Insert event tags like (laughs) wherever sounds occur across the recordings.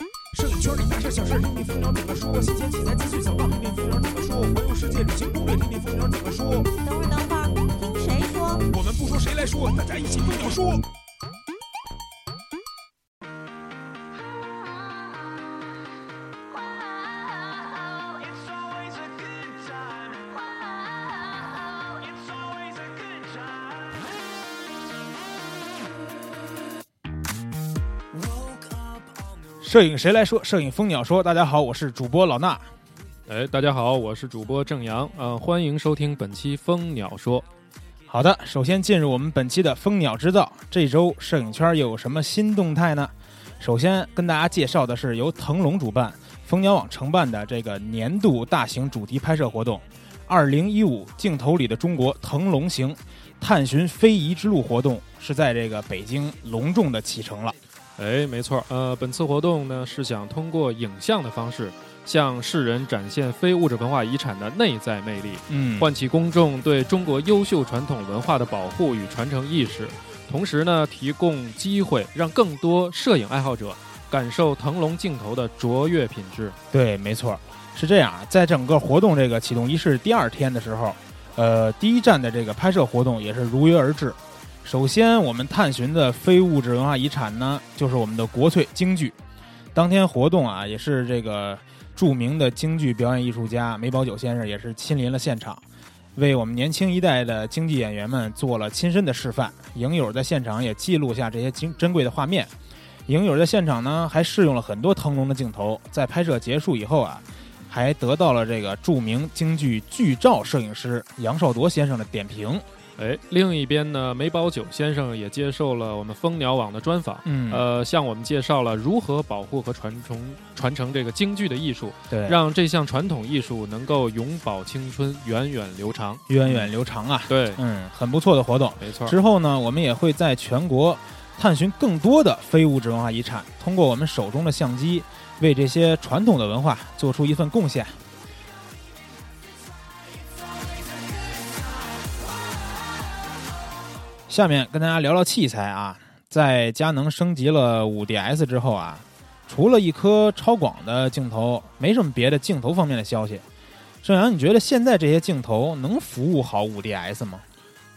圈里大事小事，听听蜂鸟怎么说。新鲜题材继续想到，听听蜂鸟怎么说。环游世界旅行攻略，听听蜂鸟怎么说。等会儿，等会儿，听谁说？我们不说谁来说，大家一起蜂鸟说。摄影谁来说？摄影蜂鸟说。大家好，我是主播老衲。哎，大家好，我是主播郑阳，嗯、欢迎收听本期《蜂鸟说》。好的，首先进入我们本期的蜂鸟之道。这周摄影圈又有什么新动态呢？首先跟大家介绍的是由腾龙主办、蜂鸟网承办的这个年度大型主题拍摄活动“二零一五镜头里的中国腾龙行：探寻非遗之路”活动是在这个北京隆重的启程了。哎，没错，呃，本次活动呢是想通过影像的方式，向世人展现非物质文化遗产的内在魅力，嗯唤起公众对中国优秀传统文化的保护与传承意识，同时呢，提供机会让更多摄影爱好者感受腾龙镜头的卓越品质。对，没错，是这样啊。在整个活动这个启动仪式第二天的时候，呃，第一站的这个拍摄活动也是如约而至。首先，我们探寻的非物质文化遗产呢，就是我们的国粹京剧。当天活动啊，也是这个著名的京剧表演艺术家梅葆玖先生也是亲临了现场，为我们年轻一代的京剧演员们做了亲身的示范。影友在现场也记录下这些精珍贵的画面。影友在现场呢还试用了很多腾龙的镜头，在拍摄结束以后啊，还得到了这个著名京剧剧照摄影师杨少铎先生的点评。哎，另一边呢，梅葆玖先生也接受了我们蜂鸟网的专访。嗯呃，向我们介绍了如何保护和传承传承这个京剧的艺术，对，让这项传统艺术能够永葆青春，源远流长。源远流长啊，对，嗯，很不错的活动。没错。之后呢，我们也会在全国探寻更多的非物质文化遗产，通过我们手中的相机，为这些传统的文化做出一份贡献。下面跟大家聊聊器材啊，在佳能升级了 5DS 之后啊，除了一颗超广的镜头，没什么别的镜头方面的消息。郑阳，你觉得现在这些镜头能服务好 5DS 吗？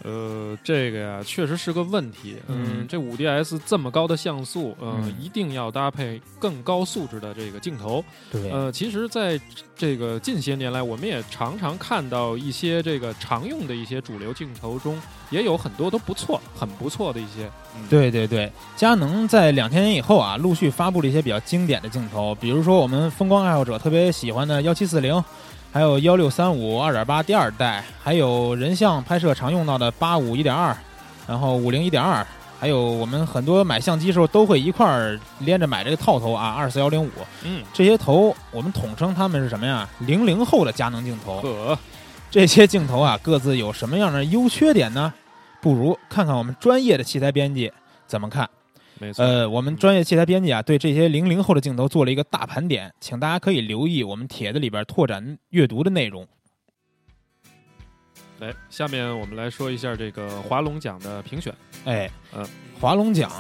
呃，这个呀，确实是个问题。嗯嗯，这五 DS 这么高的像素，呃、嗯一定要搭配更高素质的这个镜头。对呃，其实，在这个近些年来，我们也常常看到一些这个常用的一些主流镜头中，也有很多都不错、很不错的一些。嗯，对对对，佳能在两千年以后啊，陆续发布了一些比较经典的镜头，比如说我们风光爱好者特别喜欢的幺七四零，还有幺六三五二点八第二代，还有人像拍摄常用到的八五一点二，然后五零一点二，还有我们很多买相机时候都会一块儿连着买这个套头啊，二四幺零五嗯，这些头，我们统称它们是什么呀？零零后的佳能镜头。可这些镜头啊，各自有什么样的优缺点呢？不如看看我们专业的器材编辑怎么看。没错。呃，我们专业器材编辑啊，对这些零零后的镜头做了一个大盘点，请大家可以留意我们帖子里边拓展阅读的内容。来，下面我们来说一下这个华龙奖的评选。哎，嗯华龙奖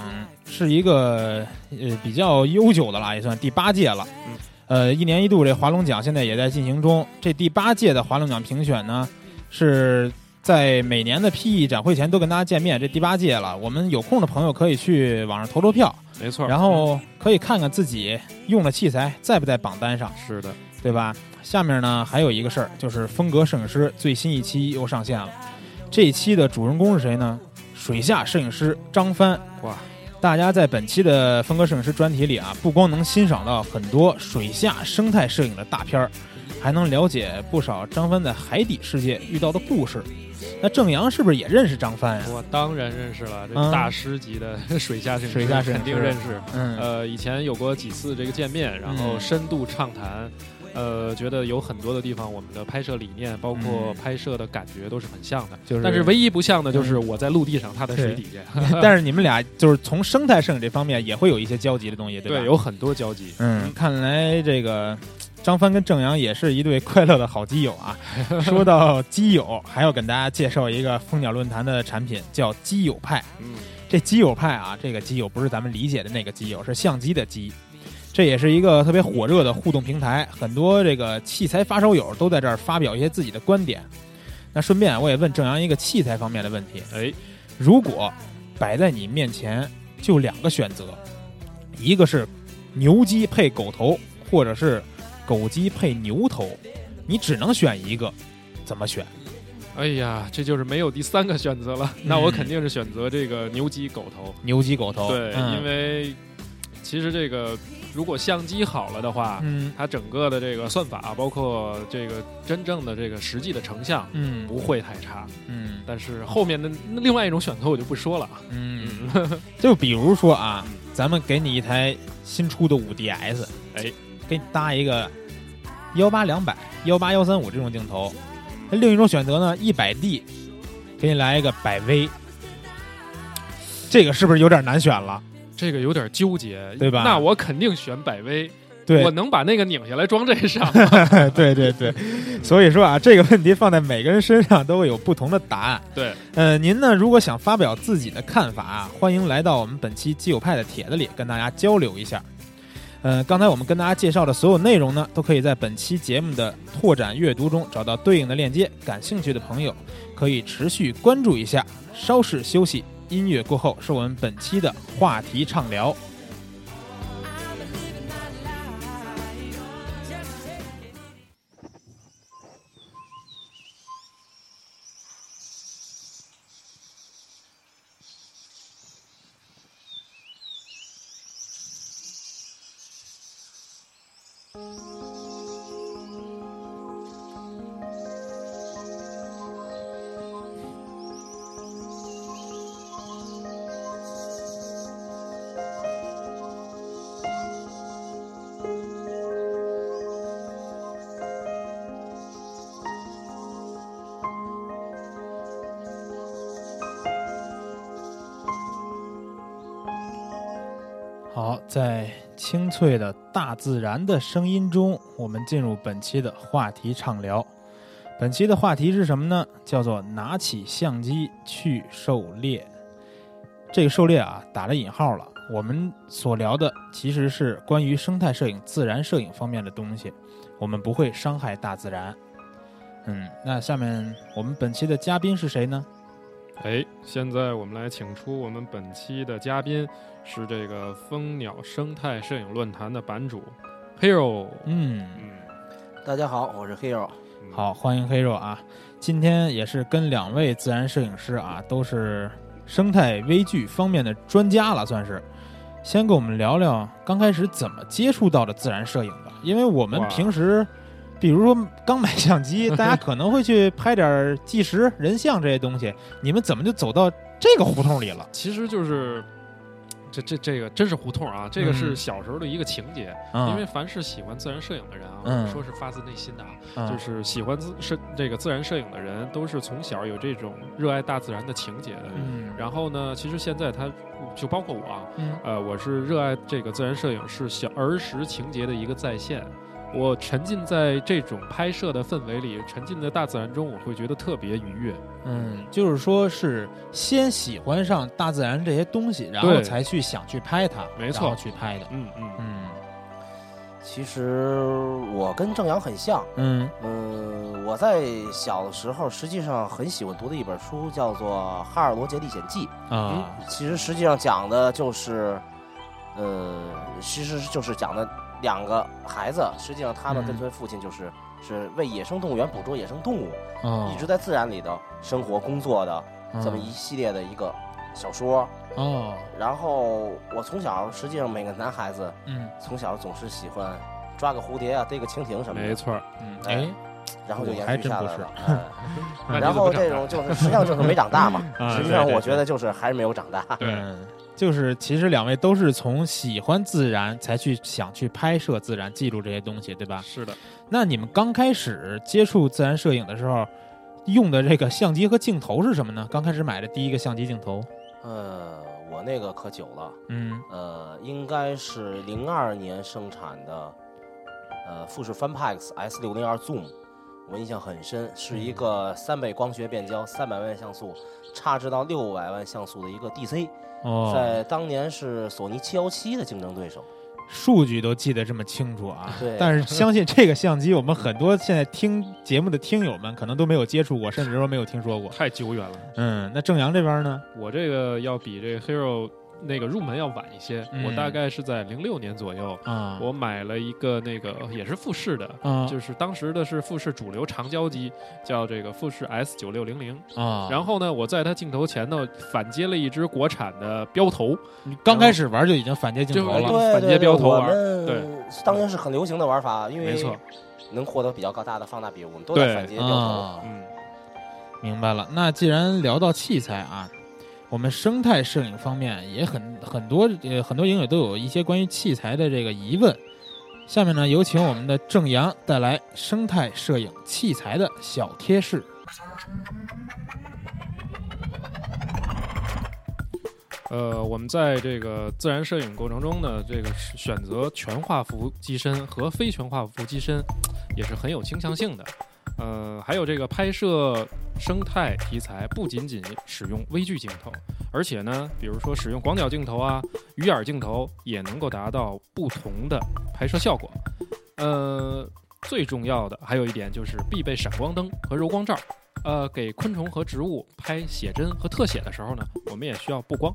是一个呃比较悠久的啦，也算第八届了。嗯呃，一年一度这华龙奖现在也在进行中。这第八届的华龙奖评选呢，是在每年的 PE 展会前都跟大家见面。这第八届了，我们有空的朋友可以去网上投投票，没错。然后可以看看自己用的器材在不在榜单上。是的，对吧？下面呢还有一个事儿，就是风格摄影师最新一期又上线了。这一期的主人公是谁呢？水下摄影师张帆。哇！大家在本期的风格摄影师专题里啊，不光能欣赏到很多水下生态摄影的大片儿，还能了解不少张帆在海底世界遇到的故事。那郑阳是不是也认识张帆呀、我当然认识了，这嗯大师级的 (laughs) 水下摄影师，水下摄影师肯定认识。嗯，呃，以前有过几次这个见面，然后嗯深度畅谈。呃，觉得有很多的地方，我们的拍摄理念，包括嗯拍摄的感觉都是很像的。就是但是唯一不像的就是嗯我在陆地上，他在水底下。 (laughs) 但是你们俩就是从生态摄影这方面也会有一些交集的东西，吧？对，有很多交集。嗯，看来这个张帆跟郑阳也是一对快乐的好基友啊。说到基友，还要给大家介绍一个蜂鸟论坛的产品，叫基友派。嗯，这基友派啊，这个基友不是咱们理解的那个基友，是相机的机。这也是一个特别火热的互动平台，很多这个器材发烧友都在这儿发表一些自己的观点。那顺便啊我也问正阳一个器材方面的问题：哎，如果摆在你面前就两个选择，一个是牛鸡配狗头，或者是狗鸡配牛头，你只能选一个，怎么选？哎呀，这就是没有第三个选择嗯了。那我肯定是选择这个牛鸡狗头。牛鸡狗头？对，嗯、因为其实这个如果相机好了的话，嗯它整个的这个算法，包括这个真正的这个实际的成像，嗯不会太差。嗯但是后面的另外一种选择我就不说了啊。嗯，嗯，就比如说啊，咱们给你一台新出的五 DS，哎，给你搭一个幺八两百、幺八幺三五这种镜头。那另一种选择呢，一百 D，给你来一个百 V，这个是不是有点难选了？ (laughs) 这个有点纠结，对吧那我肯定选百威，对我能把那个拧下来装这上。 (laughs) 对对对，所以说啊，这个问题放在每个人身上都会有不同的答案。对，呃，您呢如果想发表自己的看法啊，欢迎来到我们本期基友派的帖子里跟大家交流一下。呃，刚才我们跟大家介绍的所有内容呢，都可以在本期节目的拓展阅读中找到对应的链接。感兴趣的朋友可以持续关注一下。稍事休息，音乐过后是我们本期的话题畅聊。好，在清脆的大自然的声音中，我们进入本期的话题畅聊。本期的话题是什么呢？叫做“拿起相机去狩猎”。这个狩猎啊，打了引号了。我们所聊的其实是关于生态摄影、自然摄影方面的东西，我们不会伤害大自然。嗯，那下面我们本期的嘉宾是谁呢？哎，现在我们来请出我们本期的嘉宾，是这个蜂鸟生态摄影论坛的版主 Hero。嗯，嗯，大家好，我是 Hero。嗯好，，欢迎黑肉啊！今天也是跟两位自然摄影师啊，都是生态微距方面的专家了，算是。先跟我们聊聊刚开始怎么接触到的自然摄影吧，因为我们哇平时，比如说刚买相 (laughs) 机，大家可能会去拍点儿纪实、人像这些东西，你们怎么就走到这个胡同里了其实就是。这这这个真是胡同啊！这个是嗯小时候的一个情节，啊？因为凡是喜欢自然摄影的人啊，嗯我说是发自内心的啊，啊就是喜欢自是这个自然摄影的人，都是从小有这种热爱大自然的情节的人。嗯，然后呢，其实现在他就包括我啊，嗯呃，我是热爱这个自然摄影，是小儿时情节的一个再现。我沉浸在这种拍摄的氛围里，沉浸在大自然中，我会觉得特别愉悦。嗯，就是说是先喜欢上大自然这些东西，然后对才去想去拍它，没错然后去拍的。嗯嗯，嗯其实我跟正阳很像，嗯嗯，我在小的时候实际上很喜欢读的一本书叫做《哈尔罗杰历险记啊》，其实实际上讲的就是，呃，其实就是讲的两个孩子，实际上他们嗯跟随父亲就是。是为野生动物园捕捉野生动物，哦，一直在自然里头生活工作的这么一系列的一个小说。嗯哦然后我从小，实际上每个男孩子嗯从小总是喜欢抓个蝴蝶啊，逮个蜻蜓什么没的，错儿。嗯哎哎然后就我延还续真下不来是了。哎 (laughs) 那你然怎么后长这大种就是，实际上就是没长大嘛。 (laughs) 啊实际对上，对我对觉得就是还是没有长大。 (laughs) 对嗯，就是其实两位都是从喜欢自然才去想去拍摄自然、记录这些东西，对吧？是的，那你们刚开始接触自然摄影的时候。用的这个相机和镜头是什么呢？刚开始买的第一个相机镜头，呃，我那个可久了，嗯呃，应该是零二年生产的，呃，富士 Funplex S 六零二 Zoom，我印象很深，是一个三倍光学变焦，三百万像素差至到六百万像素的一个 DC，哦，在当年是索尼七幺七的竞争对手。数据都记得这么清楚啊。对但 (laughs) 是相信这个相机，我们很多现在听节目的听友们可能都没有接触过，甚至说没有听说过。太久远了。嗯，那正阳这边呢？我这个要比这个 Hero 那个入门要晚一些，嗯我大概是在零六年左右，啊，我买了一个那个呃也是富士的。啊就是当时的是富士主流长焦机，叫这个富士 S 九六零零。啊，然后呢，我在它镜头前头反接了一只国产的标头，你刚开始玩就已经反接镜头就了。对反对街对，标头我玩们对当年是很流行的玩法，因为没错，能获得比较高大的放大比，我们都对在反街标头。啊，嗯，明白了。那既然聊到器材啊，我们生态摄影方面也很很多呃很多影友都有一些关于器材的这个疑问。下面呢，有请我们的正阳带来生态摄影器材的小贴士。呃，我们在这个自然摄影过程中呢，这个是选择全画幅机身和非全画幅机身也是很有倾向性的。呃，还有这个拍摄生态题材，不仅仅使用微距镜头，而且呢，比如说使用广角镜头啊、鱼眼镜头，也能够达到不同的拍摄效果。呃，最重要的还有一点就是必备闪光灯和柔光罩。呃，给昆虫和植物拍写真和特写的时候呢，我们也需要布光。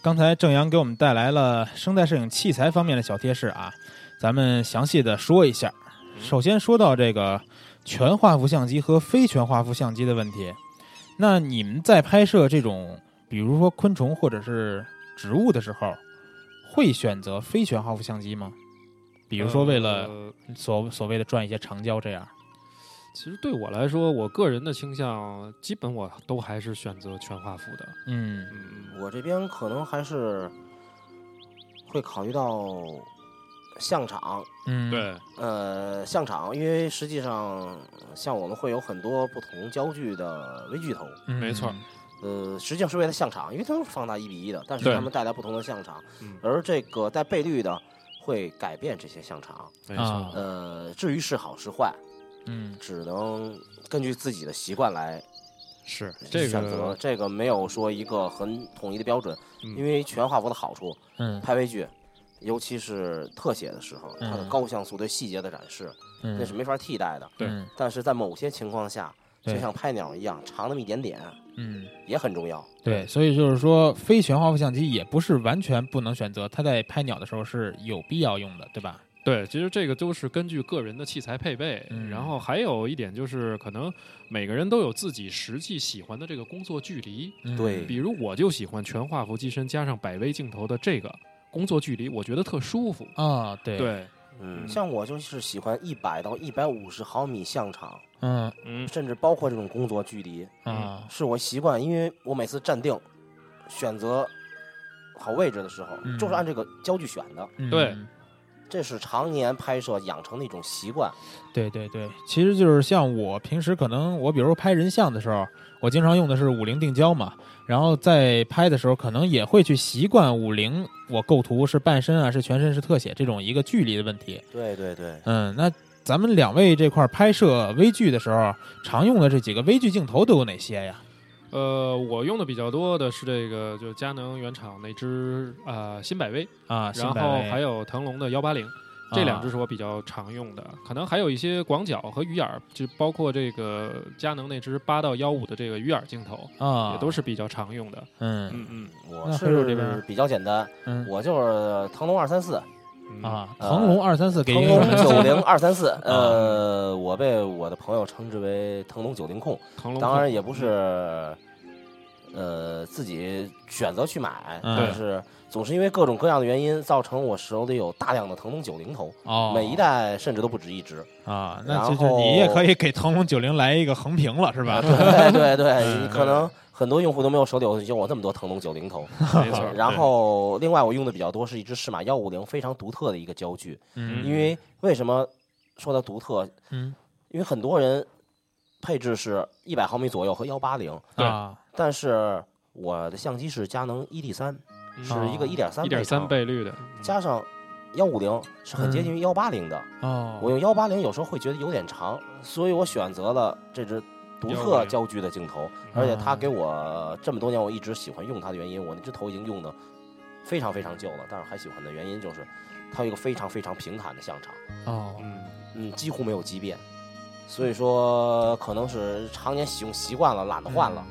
刚才正阳给我们带来了生态摄影器材方面的小贴士啊，咱们详细的说一下。首先说到这个全画幅相机和非全画幅相机的问题，那你们在拍摄这种，比如说昆虫或者是植物的时候，会选择非全画幅相机吗？比如说为了呃所所谓的赚一些长焦这样，其实对我来说，我个人的倾向，基本我都还是选择全画幅的。嗯嗯，我这边可能还是会考虑到呃相场，嗯，，呃，相场，因为实际上像我们会有很多不同焦距的微距头，没错，嗯呃，实际上是为了相场，因为它都是放大一比一的，但是对它们带来不同的相场，嗯，而这个带倍率的会改变这些相场，没啊错，呃，至于是好是坏，嗯只能根据自己的习惯来是这选择，个，这个没有说一个很统一的标准，嗯因为全画幅的好处，嗯拍微距，尤其是特写的时候，它的嗯高像素对细节的展示，嗯，那是没法替代的。对嗯但是在某些情况下，对就像拍鸟一样，长那么一点点嗯。也很重要。对，所以就是说，非全画幅相机也不是完全不能选择，它在拍鸟的时候是有必要用的，对吧？对，其实这个都是根据个人的器材配备，嗯然后还有一点就是，可能每个人都有自己实际喜欢的这个工作距离，嗯对比如我就喜欢全画幅机身加上百微镜头的这个工作距离，我觉得特舒服。啊，对，对，嗯，嗯像我就是喜欢一百到一百五十毫米像场，嗯嗯甚至包括这种工作距离，啊，是我习惯，因为我每次站定，选择好位置的时候，嗯就是按这个焦距选的，嗯对这是常年拍摄养成的一种习惯。对对对，其实就是像我平时可能我比如说拍人像的时候，我经常用的是五零定焦嘛，然后在拍的时候可能也会去习惯五零，我构图是半身啊，是全身是特写这种一个距离的问题。对对对，嗯，那咱们两位这块儿拍摄微距的时候，常用的这几个微距镜头都有哪些呀？呃，我用的比较多的是这个，就佳能原厂那只呃新百威，啊，新然百后威还有腾龙的幺八零，这两只啊是我比较常用的，可能还有一些广角和鱼眼儿，就包括这个佳能那只八到幺五的这个鱼眼儿镜头，啊，也都是比较常用的。嗯嗯我那黑肉这边是比较简单，嗯我就是腾龙二三四，嗯，啊，呃腾龙二三四给啊腾英龙文九零二 (laughs) 三四，呃，我被我的朋友称之为腾龙九零控，腾龙当控嗯然也不是，呃，自己选择去买，嗯但是总是因为各种各样的原因，造成我手里有大量的腾龙九零头，哦，每一代甚至都不止一 (laughs) 只，啊，那然就是后啊你也可以给腾龙九零来一个横屏了，是吧？对对对，嗯可能很多用户都没有手里有有我这么多腾龙九零头。。(laughs) 没错 (laughs) 然后，另外我用的比较多是一只适马幺五零，非常独特的一个焦距，嗯因为为什么说它独特？嗯因为很多人配置是一百毫米左右和幺八零，对啊但是我的相机是佳能 ED 三，嗯哦是一个一点三一点三倍率的，加上幺五零是很接近于幺八零的。哦，我用幺八零有时候会觉得有点长，所以我选择了这支独特焦距的镜头，而且它给我这么多年我一直喜欢用它的原因，我那只头已经用的非常非常旧了，但是还喜欢的原因就是它有一个非常非常平坦的像场，哦，嗯，嗯，几乎没有畸变，所以说可能是常年使用习惯了，懒得换了。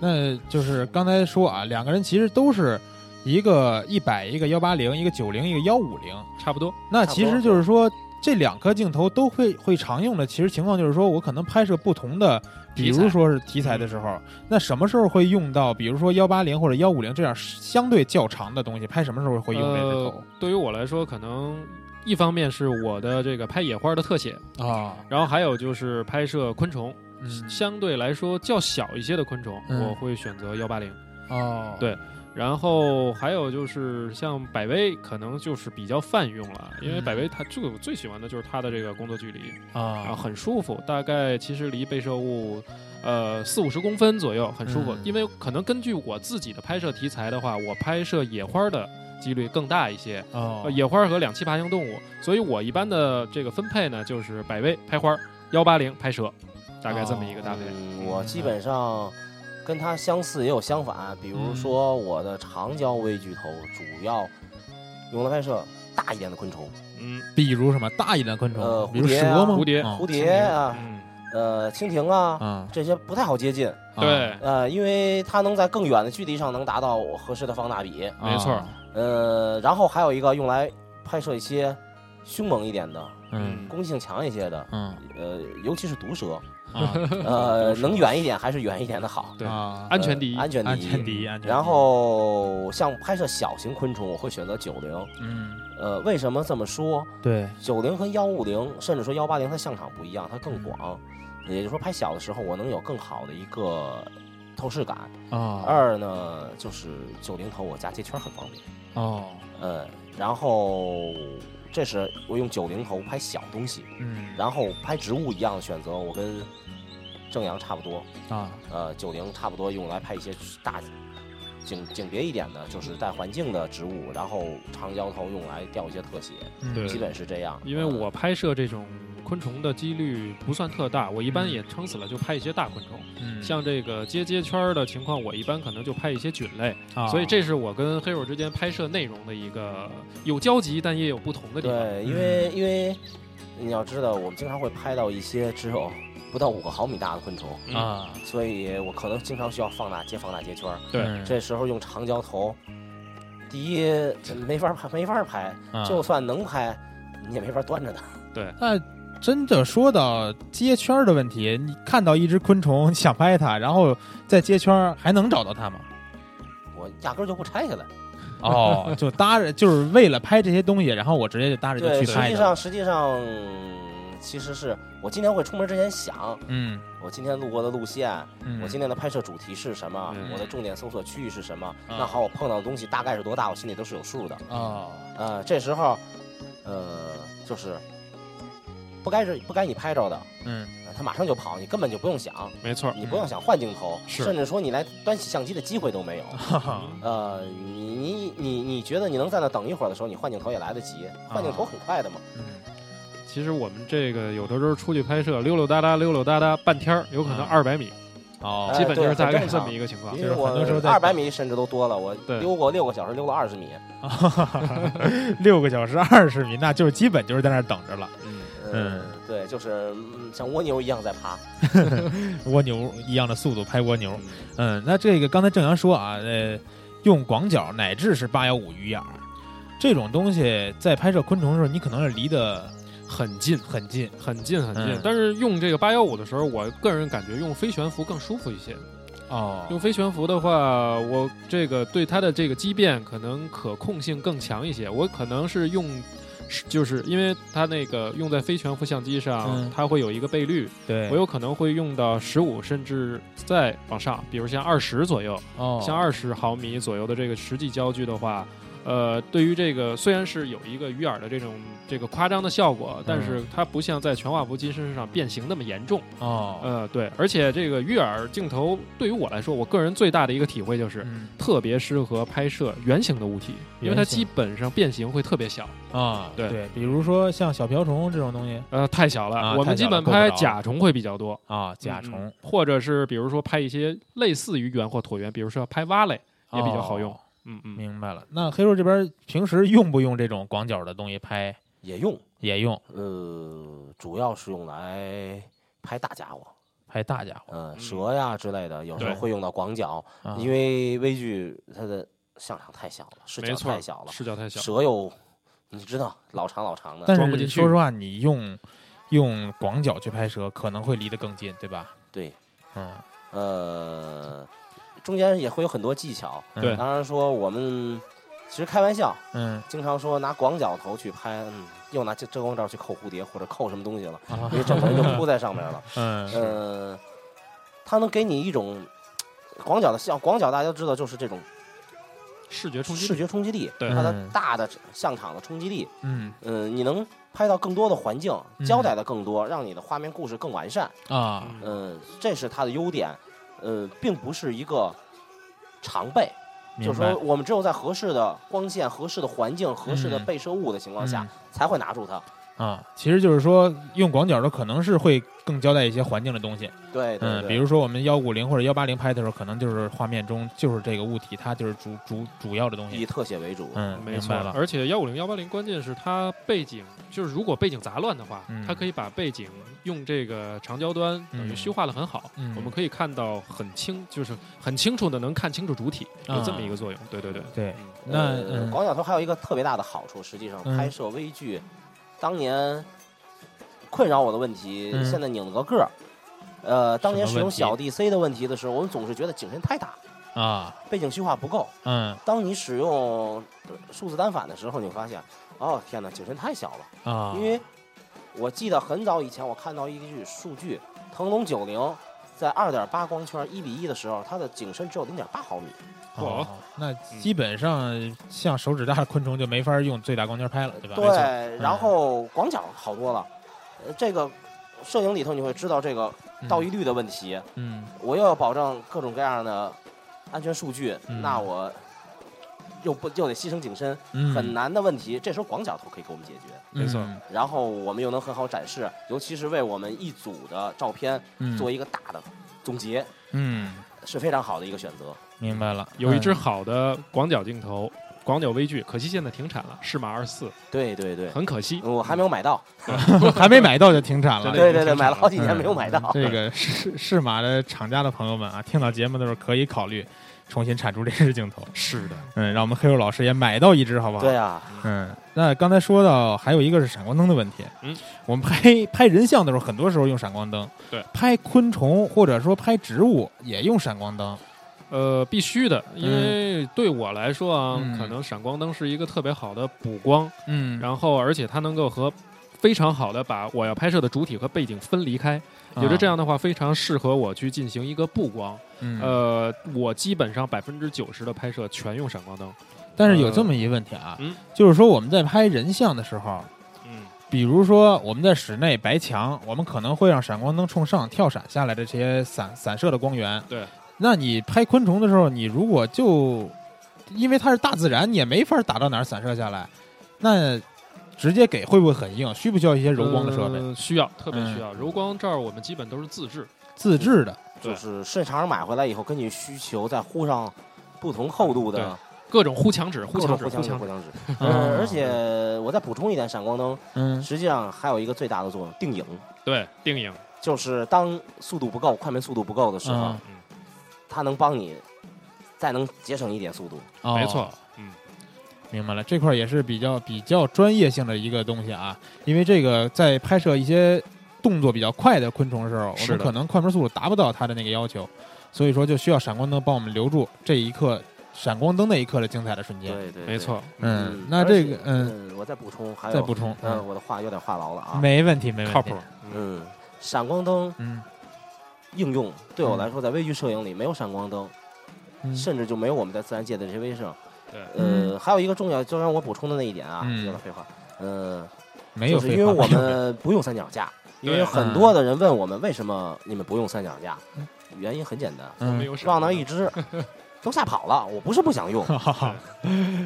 那就是刚才说啊，两个人其实都是一个一百，一个幺八零，一个九零，一个幺五零。差不多。那差不其多实就是说，这两颗镜头都会会常用的。其实情况就是说，我可能拍摄不同的，比题材嗯如说是题材的时候，那什么时候会用到？比如说幺八零或者幺五零这样相对较长的东西，拍什么时候会用这只呃，对于我来说，可能一方面是我的这个拍野花的特写，头啊？然后还有就是拍摄昆虫，嗯，相对来说较小一些的昆虫，嗯我会选择幺八零。哦，对然后还有就是像百威，可能就是比较泛用了，因为嗯百威它最我最喜欢的就是它的这个工作距离，然后啊，很舒服，大概其实离被摄物，呃四五十公分左右，很舒服。嗯因为可能根据我自己的拍摄题材的话，我拍摄野花的几率更大一些，哦呃，野花和两栖爬行动物，所以我一般的这个分配呢就是百威拍花，幺八零拍蛇，大概这么一哦个搭配。嗯，我基本上跟它相似，也有相反。比如嗯说我的长焦微距头主要用来拍摄大一点的昆虫，嗯，比如什么大一点的昆呃虫，比如蝴蝶啊蛇吗？蝴蝶啊蝴蝶啊，嗯，呃，蜻蜓啊，啊，这些不太好接近。嗯对，呃，因为它能在更远的距离上能达到合适的放大比。啊，没错儿呃，然后还有一个用来拍摄一些凶猛一点的、嗯攻击性强一些的，嗯呃，尤其是毒蛇，啊，呃，能远一点还是远一点的 (laughs) 好。对啊，安全第一呃安全第一，安全第一，安全第一。然后像拍摄小型昆虫，我会选择九零。嗯，呃，为什么这么说？对，九零和幺五零，甚至说幺八零，它像场不一样，它更广。也就是说，拍小的时候，我能有更好的一个透视感。啊，二呢，就是九零头我加接圈很方便。哦，呃，然后这是我用九零头拍小东西，嗯，然后拍植物一样的选择，我跟正阳差不多。啊，呃，九零差不多用来拍一些大景景别一点的，就是带环境的植物，然后长焦头用来调一些特写，嗯对基本是这样。因为我拍摄这种昆虫的几率不算特大，我一般嗯也撑死了就拍一些大昆虫，嗯像这个接接圈儿的情况，我一般可能就拍一些菌类，啊所以这是我跟黑手之间拍摄内容的一个有交集，但也有不同的地方。对，嗯因为因为你要知道，我们经常会拍到一些只有不到五个毫米大的昆虫，嗯，啊，所以我可能经常需要放大接放大接圈儿。对嗯这时候用长焦头，第一没法拍，没法拍，啊就算能拍，你也没法端着它。那真的说到接圈儿的问题，你看到一只昆虫想拍它，然后再接圈儿，还能找到它吗？我压根儿就不拆下来。哦， (laughs) 就搭着，就是为了拍这些东西，然后我直接就搭着对，就去实拍际它。上，实际上，嗯其实是我今天会出门之前想，嗯我今天路过的路线，嗯，我今天的拍摄主题是什么，嗯我的重点搜索区域是什么，嗯那好，我碰到的东西大概是多大，我心里都是有数的。哦，呃，这时候，呃，就是不该是不该你拍着的，嗯呃他马上就跑，你根本就不用想，没错儿。你不用想换镜头，是甚至说你来端起相机的机会 (laughs) 都没有。哈哈呃，你你你你觉得你能在那等一会儿的时候，你换镜头也来得及，换镜头很快的嘛。嗯其实我们这个有的时候出去拍摄，溜溜达达溜溜达达半天儿，有可能嗯二百米，哦哎基本就是对大概很正这常么一个情况。因为就是很多时候我在二百米甚至都多了，我对溜过六个小时，溜了二十米。六个小时二十米，那就是基本就是在那儿等着了。嗯，嗯嗯，对，就是嗯像蜗牛一样在爬。蜗牛一样的速度拍蜗牛。嗯，那这个刚才正阳说啊，呃，用广角乃至是八幺五鱼眼儿这种东西，在拍摄昆虫的时候，你可能是离得很近，很近很近，很近。嗯但是用这个八幺五的时候，我个人感觉用飞悬浮更舒服一些。哦用飞悬浮的话，我这个对它的这个畸变可能可控性更强一些。我可能是用，是就是因为它那个用在非悬浮相机上，嗯它会有一个倍率，对，我有可能会用到十五甚至再往上，比如像二十左右，哦，像二十毫米左右的这个实际焦距的话。呃，对于这个虽然是有一个鱼眼的这种这个夸张的效果，嗯但是它不像在全画幅机身上变形那么严重。哦，呃，对，而且这个鱼眼镜头对于我来说，我个人最大的一个体会就是。嗯特别适合拍摄圆形的物体，因为它圆形基本上变形会特别小，啊，对对，比如说像小瓢虫这种东西呃，太小了。啊我们太小基了本够不着拍甲虫会比较多，啊，甲嗯虫或者是比如说拍一些类似于圆或椭圆，比如说要拍蛙类也比较好用。哦嗯嗯，明白了。那黑叔这边平时用不用这种广角的东西拍？也用，也用呃，主要是用来拍大家伙，拍大家伙呃，嗯蛇呀之类的，有时候对会用到广角，啊，因为微距它的向量太小了，视没角错，太小了，视角太小。蛇有你知道老长老长的，但装不进是去说实话，你用用广角去拍蛇，可能会离得更近，对吧？对，嗯，呃，中间也会有很多技巧，嗯对当然说我们其实开玩笑，嗯，经常说拿广角头去拍，嗯，又拿这遮光罩去扣蝴蝶或者扣什么东 (laughs) 西了，啊因为整个人就扑在上面了。嗯，呃，它能给你一种广角的像广角，大家都知道就是这种视觉冲击视力，觉冲击力，对它的嗯大的像场的冲击力，嗯嗯，你能拍到更多的环境，嗯交代的更多，让你的画面故事更完善。啊，嗯嗯，这是它的优点，呃，并不是一个常备。就明是白说，我们只有在合适的光线、合适的环境、合适的嗯被摄物的情况下，嗯才会拿住它。啊，其实就是说用广角的可能是会更交代一些环境的东西，对，对嗯，对比如说我们幺五零或者幺八零拍的时候，可能就是画面中就是这个物体，它就是主主主要的东以西，特写为主。嗯，没明错白。了，而且幺五零幺八零，关键是它背景，就是如果背景杂乱的话，嗯它可以把背景用这个长焦端等于嗯虚化的很好。嗯我们可以看到很清，就是很清楚的能看清楚主体，有这么啊一个作用。对对对，对，嗯那呃嗯广角头还有一个特别大的好处，实际上嗯拍摄微距，当年困扰我的问题，嗯现在拧了个个儿。呃，当年什么使用问题小 DC 的问题的时候，我们总是觉得景深太大，啊，背景虚化不够。嗯当你使用呃数字单反的时候，你会发现，哦天哪，景深太小了。啊，因为我记得很早以前我看到一句数据，腾龙九零在二点八光圈一比一的时候，它的景深只有零点八毫米。哦，那嗯基本上像手指大的昆虫就没法用最大光圈拍了，对吧？没错嗯对，然后广角好多了。呃，这个摄影里头你会知道这个倒一，率的问题，嗯我又要保障各种各样的安全数据，嗯那我又不又得牺牲景深，嗯，很难的问题。这时候广角头可以给我们解决，嗯，没错然后我们又能很好展示，尤其是为我们一组的照片嗯，做一个大的总结。嗯，是非常好的一个选择。明白了，有一 (laughs) 支嗯好的广角镜头，广角微距，可惜现在停产了，适马二四，对对对，很可惜。我还没有买到。还没买到就停产了，真的对对挺正对，常买了好几嗯年没有买到。这 (laughs) 个是是马的厂家的朋友们啊，听到节目的时候可以考虑重新产出这支镜头， (laughs) 是的，嗯，让我们黑肉老师也买到一支，好不好？对啊，嗯，那刚才说到还有一个是闪光灯的问题。嗯，我们拍拍人像的时候，很多时候用闪光灯。对，拍昆虫或者说拍植物也用闪光灯。呃，必须的，因为对我来说啊，嗯可能闪光灯是一个特别好的补光，嗯然后而且它能够和非常好的把我要拍摄的主体和背景分离开，也就这样的话，非常适合我去进行一个布光。嗯，呃，我基本上百分之九十的拍摄全用闪光灯。但是有这么一个问题啊，呃嗯就是说我们在拍人像的时候，嗯，比如说我们在室内白墙，我们可能会让闪光灯冲上跳闪下来的这些散散射的光源。对，那你拍昆虫的时候，你如果就因为它是大自然，你也没法打到哪儿散射下来，那直接给会不会很硬？需不需要一些柔光的设备？呃需要，特别需要。柔光这儿我们基本都是自制，自制的对就是市场上买回来以后，根据需求再糊上不同厚度对的各种糊墙纸、糊各墙种纸、互糊相纸、墙互纸。相纸。嗯呃而且我再补充一点，闪光灯嗯实际上还有一个最大的作用，定影。对，定影。就是当速度不够、快门速度不够的时候嗯，它能帮你再能节省一点速度。哦没错，嗯，明白了，这块儿也是比较比较专业性的一个东西啊，因为这个在拍摄一些动作比较快的昆虫的时候，我是的们可能快门速度达不到它的那个要求，所以说就需要闪光灯帮我们留住这一刻闪光灯那一刻的精彩的瞬间。对对，没错。嗯，那这个嗯，，呃我再补充，还有再补充，嗯，嗯，我的话有点话痨了啊。没问题，没靠问谱题，。嗯嗯，闪光灯嗯，应用对嗯我来说，在微距摄影里没有闪光灯，嗯甚至就没有我们在自然界的这些微摄，对，嗯呃，还有一个重要，就让我补充的那一点啊，嗯有点废话，呃，没有就是废因为话，我们不用三脚架，因为对很多的人问我们为什么你们不用三脚架，原因很简单，我们嗯，有闪往那儿的 (laughs) 一支，都吓跑了。我不是不想用，哈哈，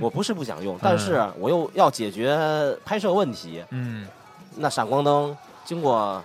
我不是不想 (laughs) 用，但是我又要解决拍摄问题，嗯，那闪光灯经过。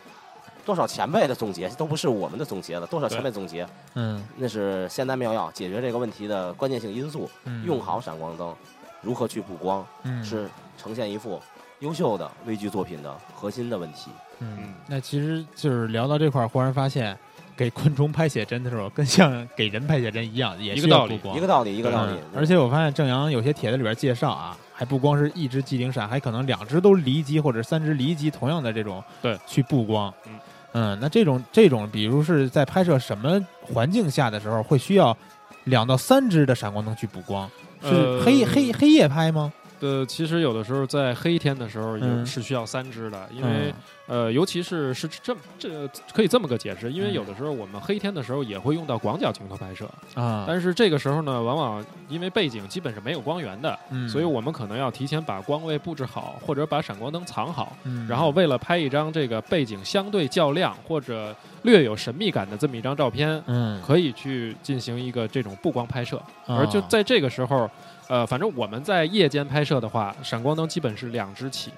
多少前辈的总结都不是我们的总结了，多少前辈总结，嗯那是仙丹妙药解决这个问题的关键性因素。嗯，用好闪光灯，如何去布光，嗯是呈现一幅优秀的微距作品的核心的问题。嗯嗯，那其实就是聊到这块儿，忽然发现，给昆虫拍写真的时候，跟像给人拍写真一样，也一个需要道布理光一个道理，一个道理嗯。而且我发现正阳有些帖子里边介绍啊，还不光是一只机灵闪，还可能两只都离机或者三只离机，同样的这种对去布光。嗯嗯那这种这种，比如是在拍摄什么环境下的时候，会需要两到三只的闪光灯去补光？是呃黑、黑黑夜拍吗？呃，其实有的时候在黑天的时候嗯也是需要三支的，因为呃，尤其是是这么这可以这么个解释，因为嗯有的时候我们黑天的时候也会用到广角镜头拍摄，嗯啊，但是这个时候呢，往往因为背景基本是没有光源的，嗯所以我们可能要提前把光位布置好，或者把闪光灯藏好。嗯然后为了拍一张这个背景相对较亮或者略有神秘感的这么一张照片，嗯，可以去进行一个这种布光拍摄。啊而就在这个时候，呃，反正我们在夜间拍摄的话，闪光灯基本是两只起，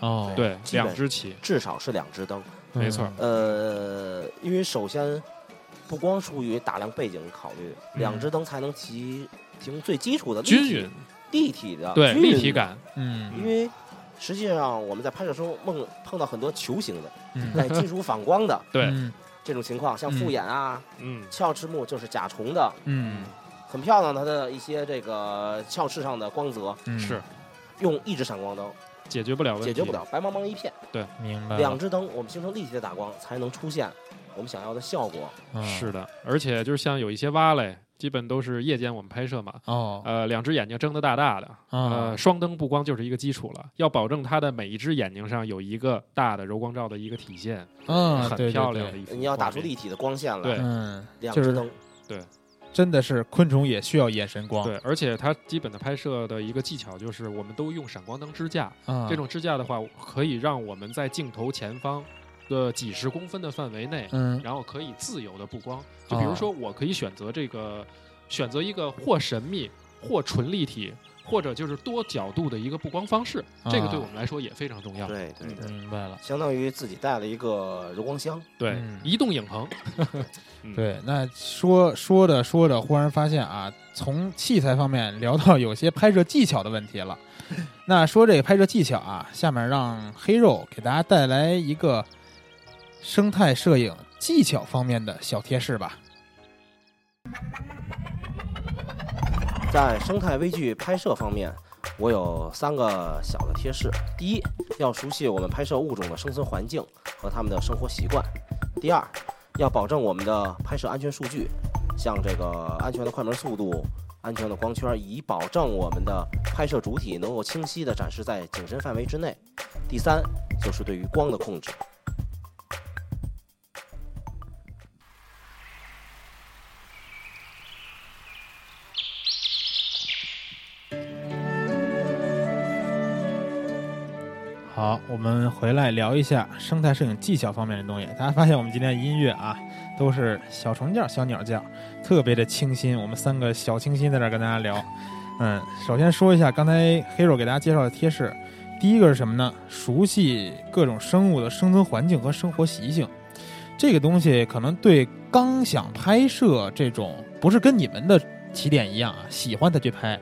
哦，对，基本两只起，至少是两只灯。嗯，没错呃，因为首先不光出于大量背景考虑，两只灯才能提提供最基础的嗯立均体匀，立体的对，啊均匀立体。感，嗯因为实际上我们在拍摄中梦碰到很多球形的、嗯， (laughs) 带金属反光的对，嗯这种情况，像复眼啊、嗯，鞘翅目就是甲虫的，嗯很漂亮它的一些这个鞘翅上的光泽，嗯，是用一只闪光灯解决不了问题，解决不，了，白茫茫一片。明白了，两只灯，我们形成立体的打光，才能出现我们想要的效果。嗯是的。而且就是像有一些蛙类，基本都是夜间我们拍摄嘛，哦呃，两只眼睛睁得大大的，啊呃，双灯布光就是一个基础了，要保证它的每一只眼睛上有一个大的柔光罩的一个体现，啊嗯，对很对漂对亮的一幅画面。你要打出立体的光线来对，嗯，两就只是灯，真的是昆虫也需要眼神光，对，而且它基本的拍摄的一个技巧就是，我们都用闪光灯支架，啊，这种支架的话，可以让我们在镜头前方的几十公分的范围内，嗯然后可以自由的布光。就比哦如说，我可以选择这个，选择一个或神秘或纯立体。或者就是多角度的一个布光方式，这个对啊我们来说也非常重要。对对对，明白了。相当于自己带了一个柔光箱。对嗯，移动影棚，嗯对，那说说着说着，忽然发现啊，从器材方面聊到有些拍摄技巧的问题 (laughs) 了。那说这个拍摄技巧啊，下面让黑肉给大家带来一个生态摄影技巧方面的小贴士吧。在生态微距拍摄方面，我有三个小的贴士：第一，要熟悉我们拍摄物种的生存环境和它们的生活习惯；第二，要保证我们的拍摄安全数据，像这个安全的快门速度、安全的光圈，以保证我们的拍摄主体能够清晰地展示在景深范围之内；第三，就是对于光的控制。好，我们回来聊一下生态摄影技巧方面的东西。大家发现我们今天的音乐啊，都是小虫叫、小鸟叫，特别的清新。我们三个小清新在这儿跟大家聊。嗯，首先说一下刚才 Hero 给大家介绍的贴士，第一个是什么呢？熟悉各种生物的生存环境和生活习性。这个东西可能对刚想拍摄这种，不是跟你们的起点一样啊，喜欢才去拍。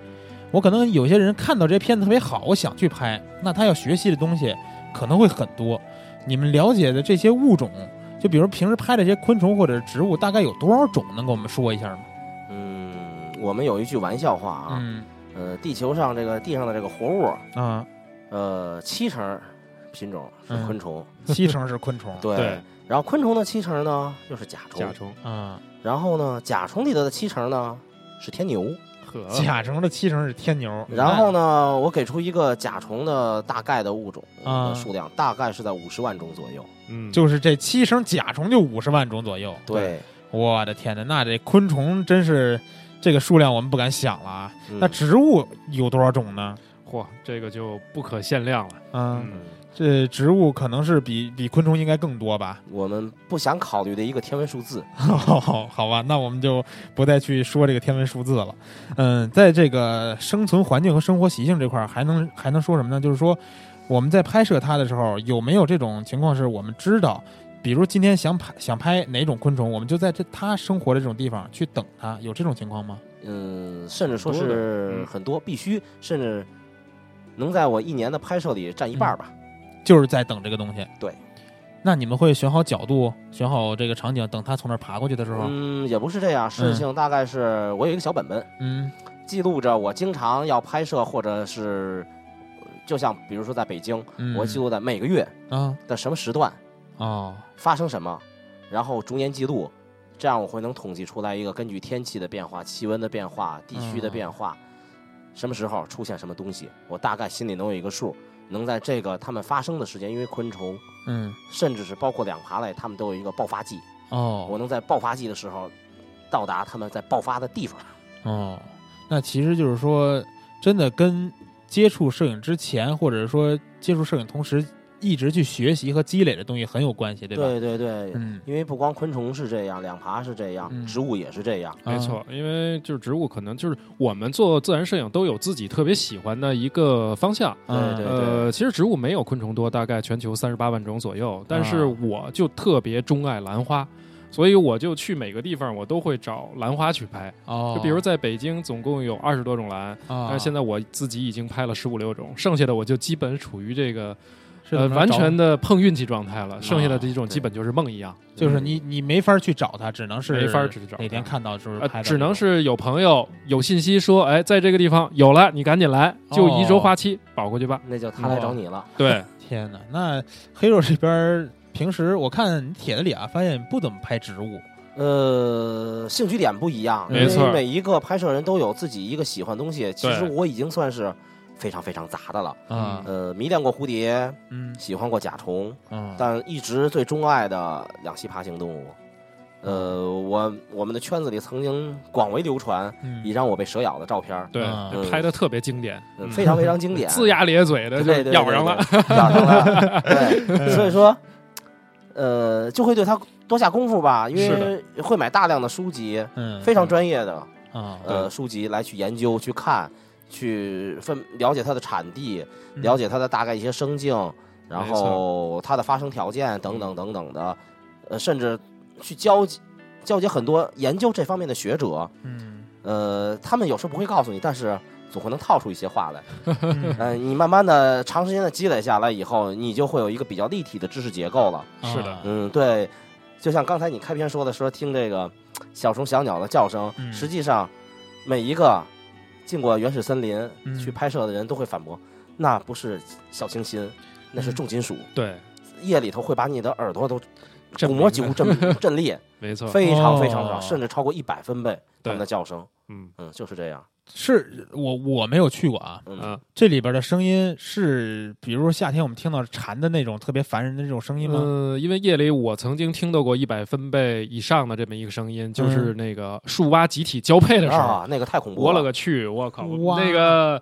我可能有些人看到这片子特别好，我想去拍，那他要学习的东西可能会很多。你们了解的这些物种，就比如平时拍的这些昆虫或者植物，大概有多少种？能给我们说一下吗？嗯，我们有一句玩笑话啊，嗯呃，地球上这个地上的这个活物，啊，呃，七成品种是嗯昆虫，七成是昆虫。对对然后昆虫的七成呢又是甲虫，甲虫啊，然后呢，甲虫里头的七成呢是天牛，和甲虫的七成是天牛。然后呢，我给出一个甲虫的大概的物种、啊呃数量，大概是在五十万种左右。嗯，就是这七成甲虫就五十万种左右。，对，我的天哪，那这昆虫真是这个数量我们不敢想了啊。嗯那植物有多少种呢？嚯，这个就不可限量了。嗯，嗯，这植物可能是比比昆虫应该更多吧？ (laughs) 我们不想考虑的一个天文数字，好吧，那我们就不再去说这个天文数字了。嗯，在这个生存环境和生活习性这块儿，还能还能说什么呢？就是说，我们在拍摄它的时候，有没有这种情况是我们知道，比如今天想拍想拍哪种昆虫，我们就在这它生活的这种地方去等它，有这种情况吗？嗯，甚至说很多的是嗯很多，必须甚至能在我一年的拍摄里占一半儿吧。就是在等这个东西。对。那你们会选好角度，选好这个场景，等它从那儿爬过去的时候，嗯，也不是这样，事情大概是我有一个小本本，嗯记录着我经常要拍摄，或者是呃就像比如说在北京，嗯，我记录在每个月啊的什么时段哦，发生什么，然后逐年记录，这样我会能统计出来一个根据天气的变化、气温的变化、地区的变化，什么时候出现什么东西，我大概心里能有一个数，能在这个它们发生的时间，因为昆虫嗯甚至是包括两爬类，它们都有一个爆发季，我哦能在爆发季的时候到达它们在爆发的地方。哦，那其实就是说，真的跟接触摄影之前，或者说接触摄影同时一直去学习和积累的东西很有关系，对吧？对对对，嗯因为不光昆虫是这样，两爬是这样，嗯植物也是这样。啊没错，因为就是植物，可能就是我们做自然摄影都有自己特别喜欢的一个方向。嗯对对呃，其实植物没有昆虫多，大概全球三十八万种左右。但是啊我就特别钟爱兰花，所以我就去每个地方，我都会找兰花去拍。哦，就比如在北京，总共有二十多种兰，啊，但是现在我自己已经拍了十五六种，剩下的我就基本处于这个是呃怎么着完全的碰运气状态了。剩下啊的这一种对基本就是梦一样，就是你你没法去找它，只能是没法去找哪天它看到就是呃拍到，只能是有朋友有信息说，哎，在这个地方有了，你赶紧来，就哦一周花期保过去吧。那就他来找你了。对，天哪，那黑肉这边儿平时我看你帖子里啊，发现不怎么拍植物。呃，兴趣点不一样，没错因为每一个拍摄人都有自己一个喜欢的东西。其实对我已经算是非常非常杂的了。啊，呃，迷恋过蝴蝶，嗯喜欢过甲虫，啊，但一直最钟爱的两栖爬行动物。呃，我我们的圈子里曾经广为流传嗯一张我被蛇咬的照片儿，对，啊就嗯拍的特别经典，嗯呃非常非 (laughs) 常经典，龇牙咧嘴的对对嗯就对，咬上了。对，对咬上了。 (laughs) 对，所以说，呃，就会对他多下功夫吧，因是为会买大量的书籍，嗯非常专业的啊，呃书籍来去研究、去看、去分了解它的产地，了解它的大概一些生境，然嗯没错嗯后它的发生条件等等等等的，呃，甚至去交集交接很多研究这方面的学者，嗯呃，他们有时候不会告诉你，但是总会能套出一些话来。嗯嗯、你慢慢的长时间的积累下来以后，你就会有一个比较立体的知识结构了。啊 (laughs) 是的嗯，对，就像刚才你开篇说的，说听这个小虫小鸟的叫声，嗯实际上每一个进过原始森林嗯去拍摄的人都会反驳，那不是小清新，那是重金属，对，夜里头会把你的耳朵都震鼓鸣膜几乎震震裂，没错，非常非常哦少，甚至超过一百分贝他们的对叫声。嗯嗯，就是这样。是我我没有去过啊，嗯，啊，这里边的声音是，比如说夏天我们听到蝉的那种特别烦人的那种声音吗？呃，因为夜里我曾经听到过一百分贝以上的这么一个声音，就是那个树蛙集体交配的时候，嗯啊，那个太恐怖我了。勒个去，我靠，哇那个。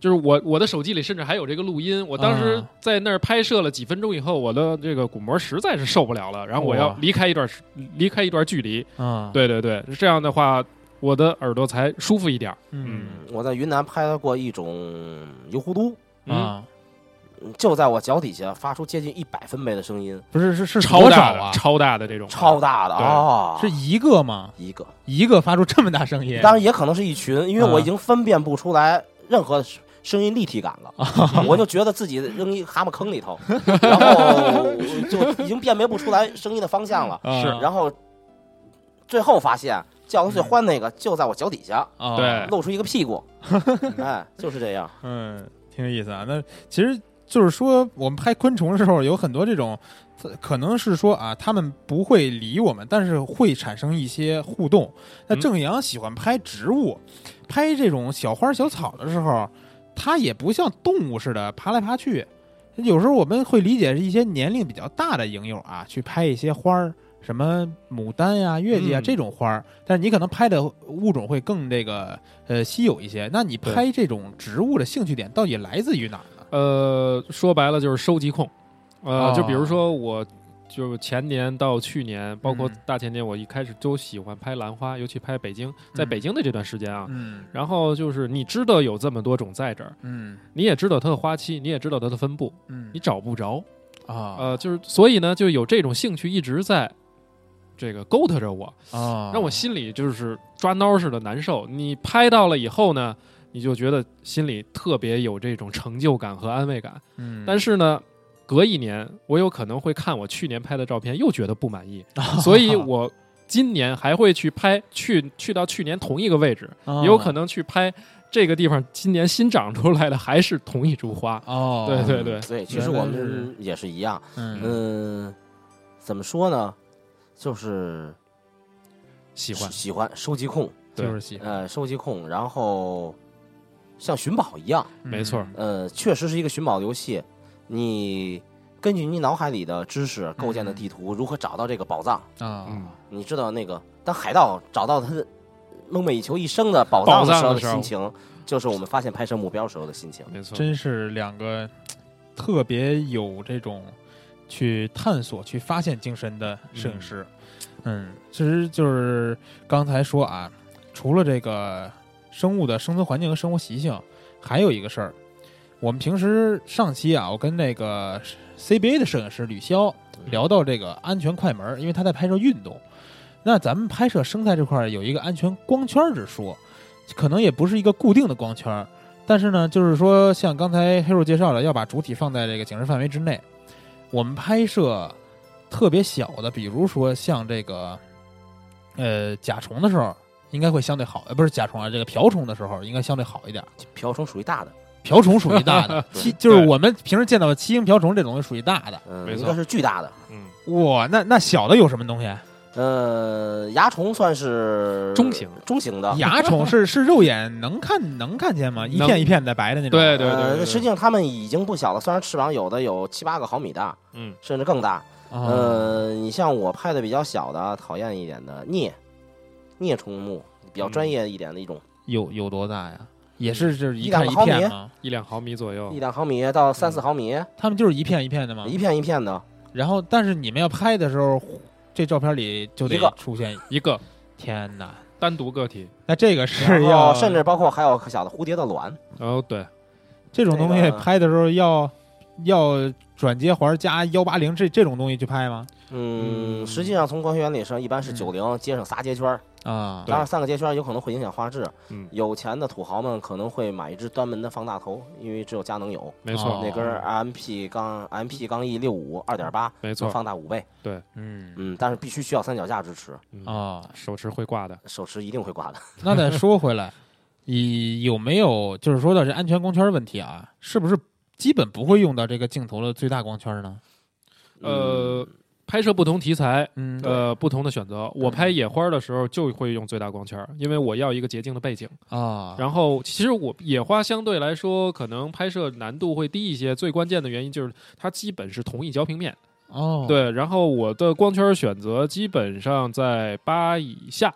就是我我的手机里甚至还有这个录音，我当时啊在那儿拍摄了几分钟以后，我的这个鼓膜实在是受不了了，然后我要哇离开一段时离开一段距离，啊，，嗯对对对，这样的话我的耳朵才舒服一点儿。嗯嗯我在云南拍过一种油葫芦，嗯，啊，就在我脚底下发出接近一百分贝的声音，不是是是超多少大的、啊？超大的这种超大的对啊，是一个吗？一个，一个发出这么大声音？当然也可能是一群，因为我已经分辨不出来任何声音立体感了，我就觉得自己扔一蛤蟆坑里头，然后就已经辨别不出来声音的方向了，啊是然后最后发现叫的最欢那个就在我脚底下，啊，对露出一个屁股，哎，就是这样，嗯，挺有意思啊。那其实就是说，我们拍昆虫的时候，有很多这种，呃可能是说啊，他们不会理我们，但是会产生一些互动。那嗯正阳喜欢拍植物，拍这种小花小草的时候，它也不像动物似的爬来爬去。有时候我们会理解是一些年龄比较大的影友啊，去拍一些花儿。什么牡丹呀、月季啊、嗯这种花儿，但是你可能拍的物种会更这个呃稀有一些。那你对拍这种植物的兴趣点到底来自于哪儿呢？呃，说白了就是收集控，呃，哦就比如说我。就前年到去年，包括嗯大前年，我一开始都喜欢拍兰花，尤其拍北京，在嗯北京的这段时间啊。嗯然后就是你知道有这么多种在这儿，嗯你也知道它的花期，你也知道它的分布，嗯你找不着。啊呃，就是所以呢，就有这种兴趣一直在这个勾搭着我，啊让我心里就是抓挠似的难受。你拍到了以后呢，你就觉得心里特别有这种成就感和安慰感。嗯 (laughs) 但是呢，隔一年我有可能会看我去年拍的照片，又觉得不满意，啊哦所以我今年还会去拍去去到去年同一个位置，哦也有可能去拍这个地方今年新长出来的还是同一株花。哦，对对对，嗯对，其实原来我是们也是一样。嗯嗯，怎么说呢？就是喜欢喜欢收集控，对就是喜欢，呃，收集控，然后像寻宝一样，没错嗯呃，确实是一个寻宝游戏。你根据你脑海里的知识构建的地图，如何找到这个宝藏？啊嗯，你知道那个当海盗找到他的梦寐以求一生的宝藏宝藏的时候的时候心情，就是我们发现拍摄目标时候的心情。嗯没错，真是两个特别有这种去探索、去发现精神的摄影师。嗯，其实就是刚才说啊，除了这个生物的生存环境和生活习性，还有一个事儿，我们平时上期啊，我跟那个 CBA 的摄影师吕潇聊到这个安全快门儿，因为他在拍摄运动。那咱们拍摄生态这块儿有一个安全光圈儿之说，可能也不是一个固定的光圈儿，但是呢，就是说像刚才黑肉介绍了，要把主体放在这个警示范围之内。我们拍摄特别小的，比如说像这个呃甲虫的时候，应该会相对好，呃不是甲虫啊，这个瓢虫的时候应该相对好一点。瓢虫属于大的，瓢虫属于大的， (laughs) 对七就是我们平时见到的七星瓢虫这种东西属于大的。嗯、没错应该是巨大的。嗯，哇，那那小的有什么东西？ (laughs) 呃，蚜虫算是中型中型的。蚜虫是是肉眼能看能看见吗？一能片一片的白的那种。对对对呃对，实际上它们已经不小了，虽然翅膀有的有七八个毫米大，嗯，甚至更大。哦，呃，你像我拍的比较小的，讨厌一点的镍，镍虫目比较专业一点的一嗯种，有有多大呀？也是就是嗯一看两一毫米片吗？一两毫米左右一，两毫米到三四毫米，他们就是一片一片嗯的吗？一片一片的。然后，但是你们要拍的时候，这照片里就得一个出现。一个天哪，单独个体。那这个是然要后甚至包括还有小的蝴蝶的卵，哦，对，这种东西那个拍的时候要要转接环加幺八零这这种东西去拍吗？嗯，嗯实际上从光学原理上一般是九零接上仨接圈儿，啊当然三个接圈儿有可能会影响画质。嗯有钱的土豪们可能会买一只专门的放大头，因为只有佳能有没错，哦那根 MP 杠 MP 杠 E 六五二点八，没能错，放大五倍。嗯嗯，但是必须需要三脚架支持，嗯，啊，手持会挂的，手持一定会挂的。那再说回来，你有没有就是说到这安全光圈问题啊？是不是基本不会用到这个镜头的最大光圈呢？嗯呃，拍摄不同题材。嗯呃，不同的选择。我拍野花的时候就会用最大光圈儿，因为我要一个洁净的背景。啊，然后，其实我野花相对来说可能拍摄难度会低一些，最关键的原因就是它基本是同一焦平面。哦，，对，然后我的光圈选择基本上在八以下。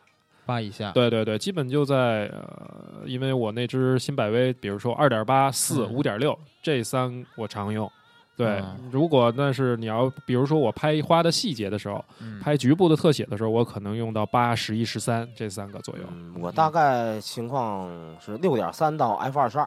八以下，对对对，基本就在呃，因为我那只新百威，比如说二点八、四、嗯五点六这三我常用。对嗯，如果那是你要，比如说我拍花的细节的时候，嗯，拍局部的特写的时候，我可能用到八、十一、十三这三个左右。嗯，我大概情况是六点三到 F 二十二。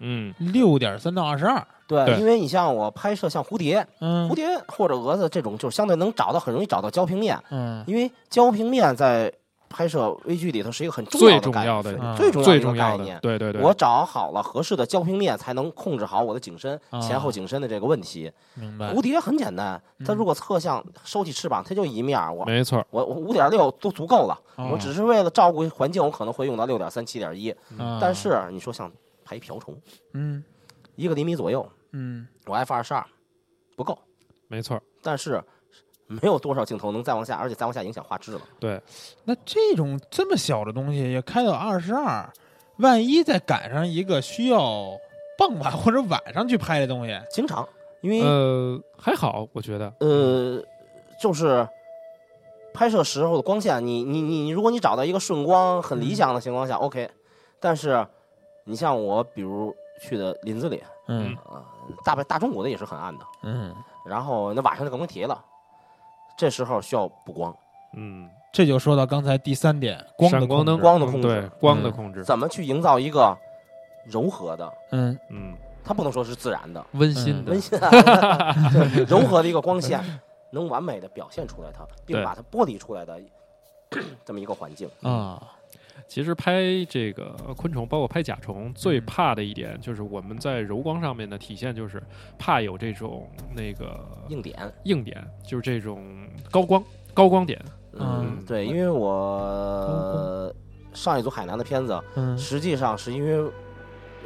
嗯，六点三到二十二，对对，因为你像我拍摄像蝴蝶、嗯蝴蝶或者蛾子这种，就是相对能找到，很容易找到焦平面，嗯因为焦平面在拍摄微距里头是一个很最的重概要的嗯最重要的最一个重概要的念，。对对对，我找好了合适的焦平面，才能控制好我的景深、啊前后景深的这个问题。明白蝴蝶很简单，它嗯如果侧向收起翅膀，它就一面儿。我没错，我我五点六都足够了，哦我只是为了照顾环境，我可能会用到六点三、七点一。啊但是你说像拍瓢虫，嗯一个厘米左右，嗯我 F 二十二不够，没错，但是没有多少镜头能再往下，而且再往下影响画质了。对，那这种这么小的东西也开到二十二，万一再赶上一个需要傍晚或者晚上去拍的东西，经嗯常因为、呃，还好，我觉得，呃，就是拍摄时候的光线，你你你，如果你找到一个顺光很理想的情况下、o k 但是你像我，比如去的林子里，嗯大白大中午的也是很暗的，嗯，然后那晚上就更甭提了。这时候需要补光，嗯，这就说到刚才第三点，光的闪光灯控制光的控制对光的嗯控制，怎么去营造一个柔和的？嗯嗯它不能说是自然的，温馨的温，馨啊，柔和的一个光线， (laughs) 能完美的表现出来它，并对把它剥离出来的 (clears throat) 这么一个环境。啊，其实拍这个昆虫，包括拍甲虫，嗯最怕的一点就是我们在柔光上面的体现，就是怕有这种那个硬点，硬点，就是这种高光高光点。嗯嗯，对，因为我上一组海南的片子，嗯实际上是因为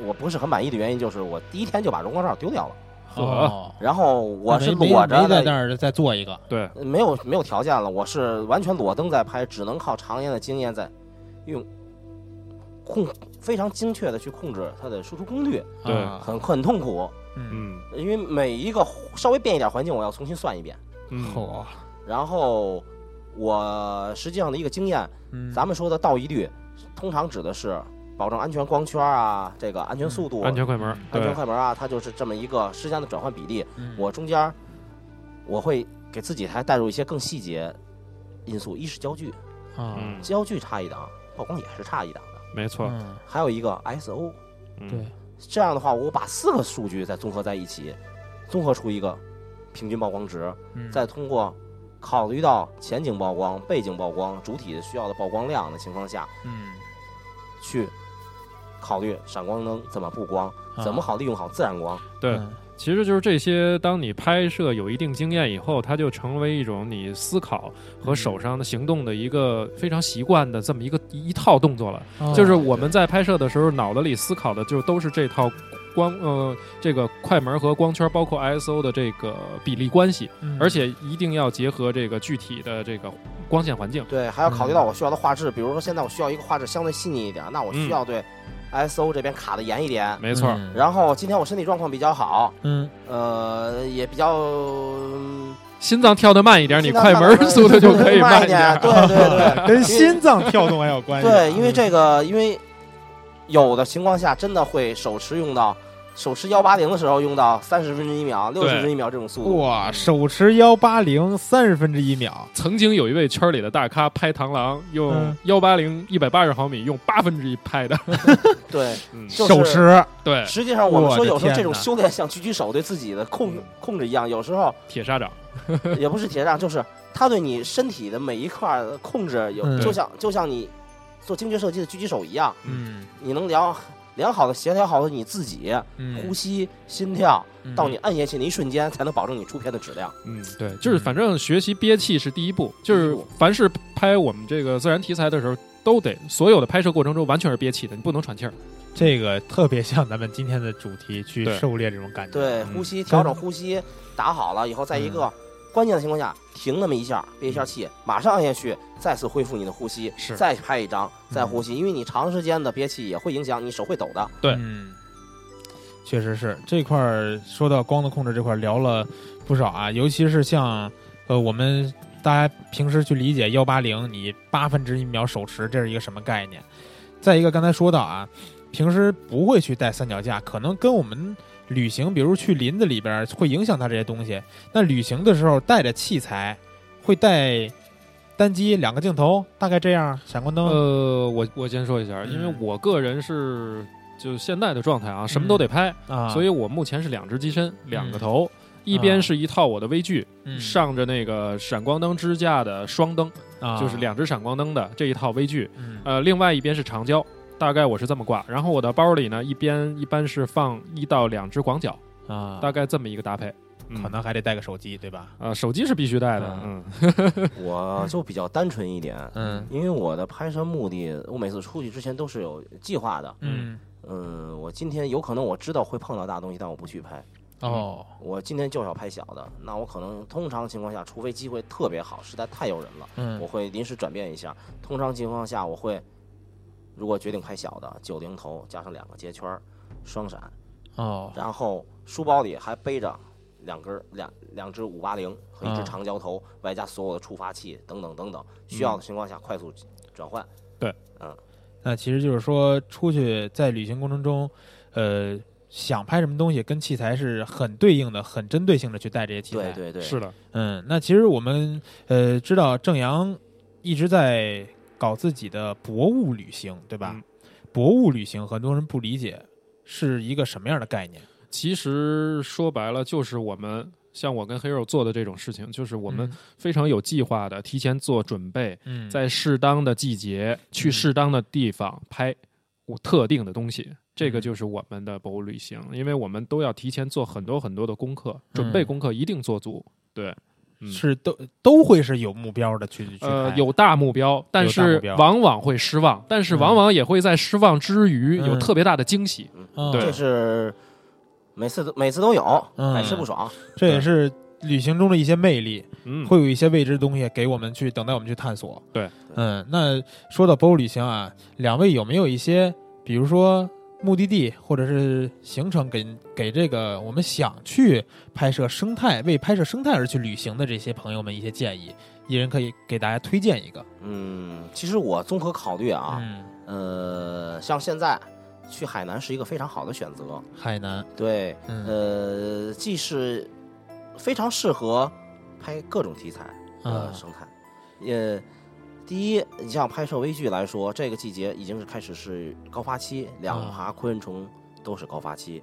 我不是很满意的原因，就是我第一天就把柔光罩丢掉了，呵，哦，然后我是没裸没着没在那的。儿再做一个，对，没有没有条件了，我是完全裸灯在拍，只能靠常年的经验在用控非常精确的去控制它的输出功率，对啊很很痛苦。嗯，嗯因为每一个稍微变一点环境，我要重新算一遍。嗯，好，然后我实际上的一个经验，嗯咱们说的倒一律，通常指的是保证安全光圈啊，这个安全速度、嗯安全快门，安全对，快门啊，它就是这么一个时间的转换比例。嗯我中间我会给自己还带入一些更细节因素，一是焦距，啊，嗯，焦距差一档，曝光也是差一档的，没错，嗯还有一个 ISO。嗯对这样的话，我把四个数据再综合在一起，综合出一个平均曝光值，嗯再通过考虑到前景曝光、背景曝光、主体需要的曝光量的情况下，嗯，去考虑闪光灯怎么布光，啊怎么好利用好自然光。对，嗯其实就是这些。当你拍摄有一定经验以后，它就成为一种你思考和手上的行动的一个非常习惯的这么一个一套动作了。哦就是我们在拍摄的时候，脑子里思考的就都是这套光呃这个快门和光圈，包括 ISO 的这个比例关系，嗯而且一定要结合这个具体的这个光线环境。对，还要考虑到我需要的画质，比如说现在我需要一个画质相对细腻一点，那我嗯需要对 ISO 这边卡的严一点。没错，嗯然后今天我身体状况比较好，嗯呃，也比较。嗯心脏跳得慢一点，你心脏快跳得门慢速度就可以 (laughs) 慢慢一点，点。对对对，跟心脏跳动还有关系啊，对，因为这个，因为有的情况下真的会手持用到，手持幺八零的时候用到三十分之一秒、六十分之一秒这种速度。哇，手持幺八零三十分之一秒，曾经有一位圈里的大咖拍螳螂，用嗯幺八零一百八十毫米，用八分之一拍的。对，嗯，就是手持， (laughs) 对，实际上我们我说的有时候这天种哪修炼像狙击手对自己的控控制一样，有时候铁砂掌。也不是铁杖，就是他对你身体的每一块儿的控制有，嗯就像就像你做精确射击的狙击手一样，嗯你能良良好的协调好你自己呼嗯，吸、心跳，到嗯你暗夜气的一瞬间，才能保证你出片的质量。嗯，对，就是反正学习憋气是第一步，就是第一步凡是拍我们这个自然题材的时候，都得所有的拍摄过程中完全是憋气的，你不能喘气儿。这个特别像咱们今天的主题去对狩猎这种感觉，对，嗯呼吸调整呼吸，打好了以后，在一个关键的情况下停那么一下，憋一下气，马上按下去，再次恢复你的呼吸，是再拍一张，再呼吸，因为你长时间的憋气也会影响你手会抖的。对嗯，确实是这块儿说到光的控制这块儿聊了不少啊，尤其是像呃我们大家平时去理解幺八零，你八分之一秒手持，这是一个什么概念？再一个，刚才说到啊，平时不会去带三脚架，可能跟我们旅行，比如去林子里边儿会影响它这些东西。那旅行的时候带着器材，会带单机两个镜头，大概这样，闪光灯，呃，我我先说一下，因为嗯我个人是就现在的状态啊，什么都得拍，啊，所以我目前是两只机身，两个头，一边是一套我的微距，嗯上着那个闪光灯支架的双灯，啊就是，两只闪光灯的这一套微距，嗯呃，另外一边是长焦。大概我是这么挂，然后我的包里呢，一边一般是放一到两只广角，啊，大概这么一个搭配。嗯可能还得带个手机，对吧？啊，手机是必须带的，嗯嗯， (laughs) 我就比较单纯一点，嗯因为我的拍摄目的，我每次出去之前都是有计划的。嗯，嗯，我今天有可能我知道会碰到大东西，但我不去拍。哦，我今天就要拍小的，那我可能通常情况下，除非机会特别好，实在太诱人了。嗯我会临时转变一下。通常情况下，我会如果决定拍小的，九零头加上两个接圈儿，双闪，哦，然后书包里还背着两根儿两两只五八零和一啊只长焦头，外加所有的触发器等等等等，嗯需要的情况下快速转换。那其实就是说，出去在旅行过程中，呃，想拍什么东西，跟器材是很对应的，很针对性的去带这些器材。对，对对，是的，嗯，那其实我们呃知道正阳一直在搞自己的博物旅行，对吧？嗯博物旅行很多人不理解是一个什么样的概念。其实说白了就是我们。像我跟 Hero 做的这种事情，就是我们非常有计划的，提前做准备，嗯在适当的季节去嗯适当的地方拍我特定的东西，这嗯个就是我们的博物旅行，因为我们都要提前做很多很多的功课，准备嗯功课一定做足。对，嗯是都都会是有目标的去去呃拍，有大目标，但有大目是标往往会失望，但是嗯往往也会在失望之余有嗯特别大的惊喜。嗯对这是每次都每次都有，嗯百吃不爽。这也是旅行中的一些魅力，嗯，会有一些未知的东西给我们去等待我们去探索。对，嗯，那说到博物旅行啊，两位有没有一些，比如说目的地或者是行程给给这个我们想去拍摄生态、为拍摄生态而去旅行的这些朋友们一些建议？一人可以给大家推荐一个嗯，其实我综合考虑啊，嗯，呃，像现在去海南是一个非常好的选择。海南，对，嗯呃，既是非常适合拍各种题材啊呃，生态，呃，第一，你像拍摄微距来说，这个季节已经是开始是高发期，两啊爬昆虫都是高发期。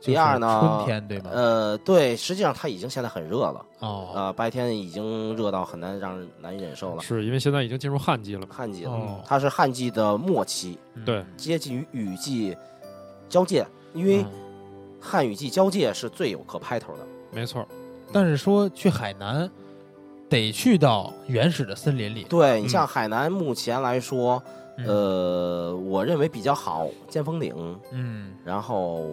就是第二呢，春天对吗？呃，对，实际上它已经现在很热了，啊哦，呃，白天已经热到很难让人难以忍受了，是因为现在已经进入旱季了嘛？旱季了，哦它是旱季的末期，嗯对，接近于雨季交界，因为嗯旱雨季交界是最有可拍头的。没错，但是说去海南，得去到原始的森林里，对你嗯像海南目前来说，嗯呃，我认为比较好，尖峰岭，嗯然后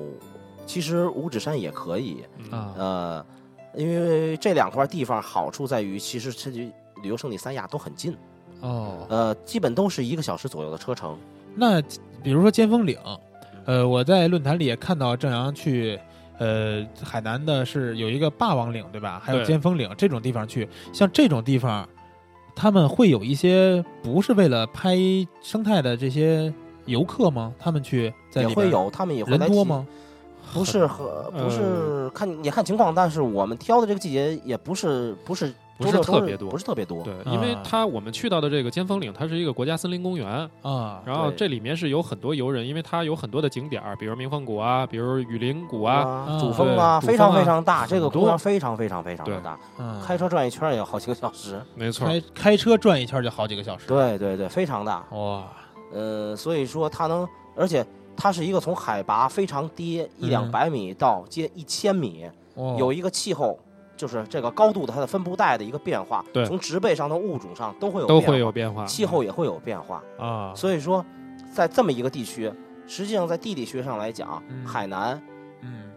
其实五指山也可以，嗯啊，呃，因为这两块地方好处在于，其实甚至旅游胜地三亚都很啊近，哦，呃，基本都是一个小时左右的车程。那比如说尖峰岭，呃，我在论坛里也看到郑阳去，呃，海南的是有一个霸王岭，对吧？还有对尖峰岭这种地方去，像这种地方，他们会有一些不是为了拍生态的这些游客吗？他们去在也里会边有，他们也会人来多体吗？不是和呃不是看也看情况，但是我们挑的这个季节也不是不是不是周六周日特别多不是特别多。对，因为它我们去到的这个尖峰岭，它是一个国家森林公园，啊，然后对这里面是有很多游人，因为它有很多的景点儿，比如明凤谷啊，比如雨林谷啊，啊啊，主峰对啊，主峰非常非啊常大，这个很公园多非常非常非常的对大，嗯开车转一圈儿也好几个小时。没错，开开车转一圈就好几个小时，对对对，非常大。哇，呃，所以说它能，而且它是一个从海拔非常低一两嗯百米到接一千米，哦有一个气候，就是这个高度的它的分布带的一个变化，对从植被上到物种上都会有都变会化有变化。气候也会有变化。啊，所以说，在这么一个地区，实际上在地理学上来讲，嗯海南嗯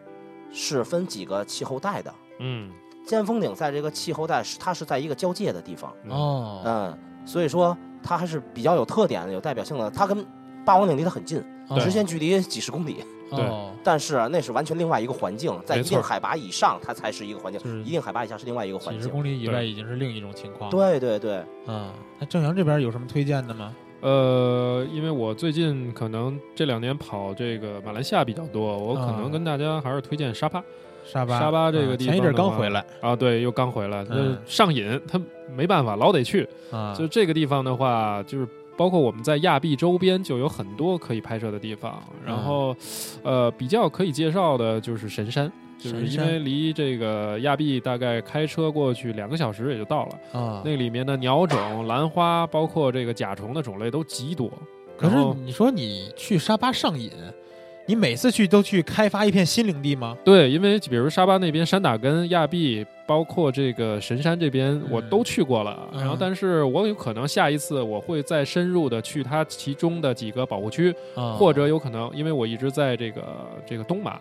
是分几个气候带的。嗯，尖峰岭在这个气候带是，它是在一个交界的地方，嗯，哦，嗯，所以说它还是比较有特点的、有代表性的。它跟霸王岭离得很近，哦直线距离几十公里，对哦但是那是完全另外一个环境，在没一定错海拔以上，它才是一个环就是境，一定海拔以下是另外一个环几十境。公里以对外已经是另一种情况。，对对对，啊嗯，那正阳这边有什么推荐的吗？呃，因为我最近可能这两年跑这个马来西亚比较多，我可能啊跟大家还是推荐沙巴沙巴，沙巴这嗯个地前一阵儿方的刚话回来啊，对，又刚回来，嗯那上瘾，他没办法，老得去。啊，就这个地方的话，就是。包括我们在亚庇周边就有很多可以拍摄的地方，然嗯后，呃，比较可以介绍的就是神山，就是神因山为离这个亚庇大概开车过去两个小时也就到了。啊，那里面的鸟种、兰花，包括这个甲虫的种类都极多。可然是后你说你去沙巴上瘾，你每次去都去开发一片新领地吗？对，因为比如沙巴那边山打根、亚庇，包括这个神山这边，我嗯都去过了。然后嗯，但是我有可能下一次我会再深入的去它其中的几个保护区，啊，或者有可能因为我一直在这个这个东马。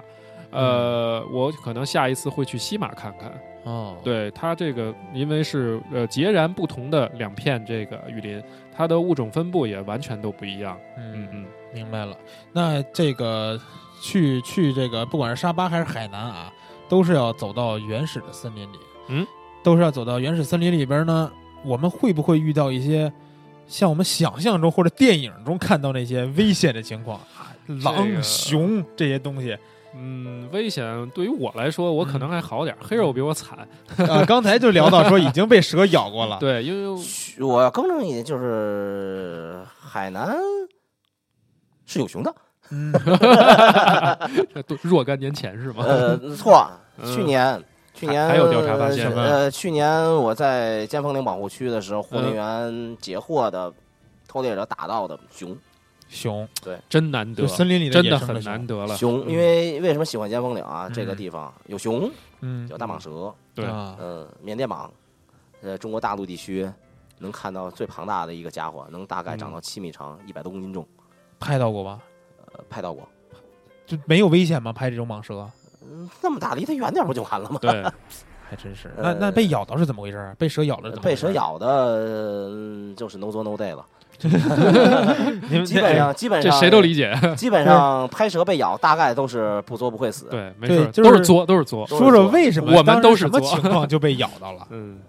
呃，我可能下一次会去西马看看。嗯哦，，对它这个，因为是呃截然不同的两片这个雨林，它的物种分布也完全都不一样。嗯嗯，嗯。明白了。那这个去去这个，不管是沙巴还是海南啊，都是要走到原始的森林里，嗯，都是要走到原始森林里边呢。我们会不会遇到一些像我们想象中或者电影中看到那些危险的情况？啊这个狼、熊这些东西嗯，危险对于我来说，我嗯可能还好点儿。黑肉比我惨，啊，刚才就聊到说已经被蛇咬过了， (laughs) 对，(laughs) 因为我要更正一点，就是海南是有 (laughs) 熊的，嗯，这都若干年前是吗？呃，错，嗯去年。去年还有调查发现吗呃，去年我在尖峰岭保护区的时候，护嗯林员截获的偷猎者打到的熊，熊， (laughs) 真难得就，森林里真野的生的很熊难，得了。熊，因为为什么喜欢尖峰岭啊？嗯这个地方有熊，嗯，有大蟒蛇，对啊，嗯，缅甸蟒，呃，中国大陆地区能看到最庞大的一个家伙，能大概嗯长到七米长，一百多公斤重，拍到过吧？呃，拍到过。就没有危险吗？拍这种蟒蛇？嗯，那么大，离它远点不就完了吗？ (laughs) 对，还真是。那呃那被咬到是怎么回事啊？被蛇咬了是怎么被回事蛇儿？咬的嗯就是 no 做 no day 了，你们哎基本上基本这上谁都理解。基本上拍蛇被咬大概都是不作不会死，对，没对事，就都是是作，都 (laughs) 是 (laughs) 作。说说为什么我们当时都是什么作？情况就被咬到了 (laughs) 嗯，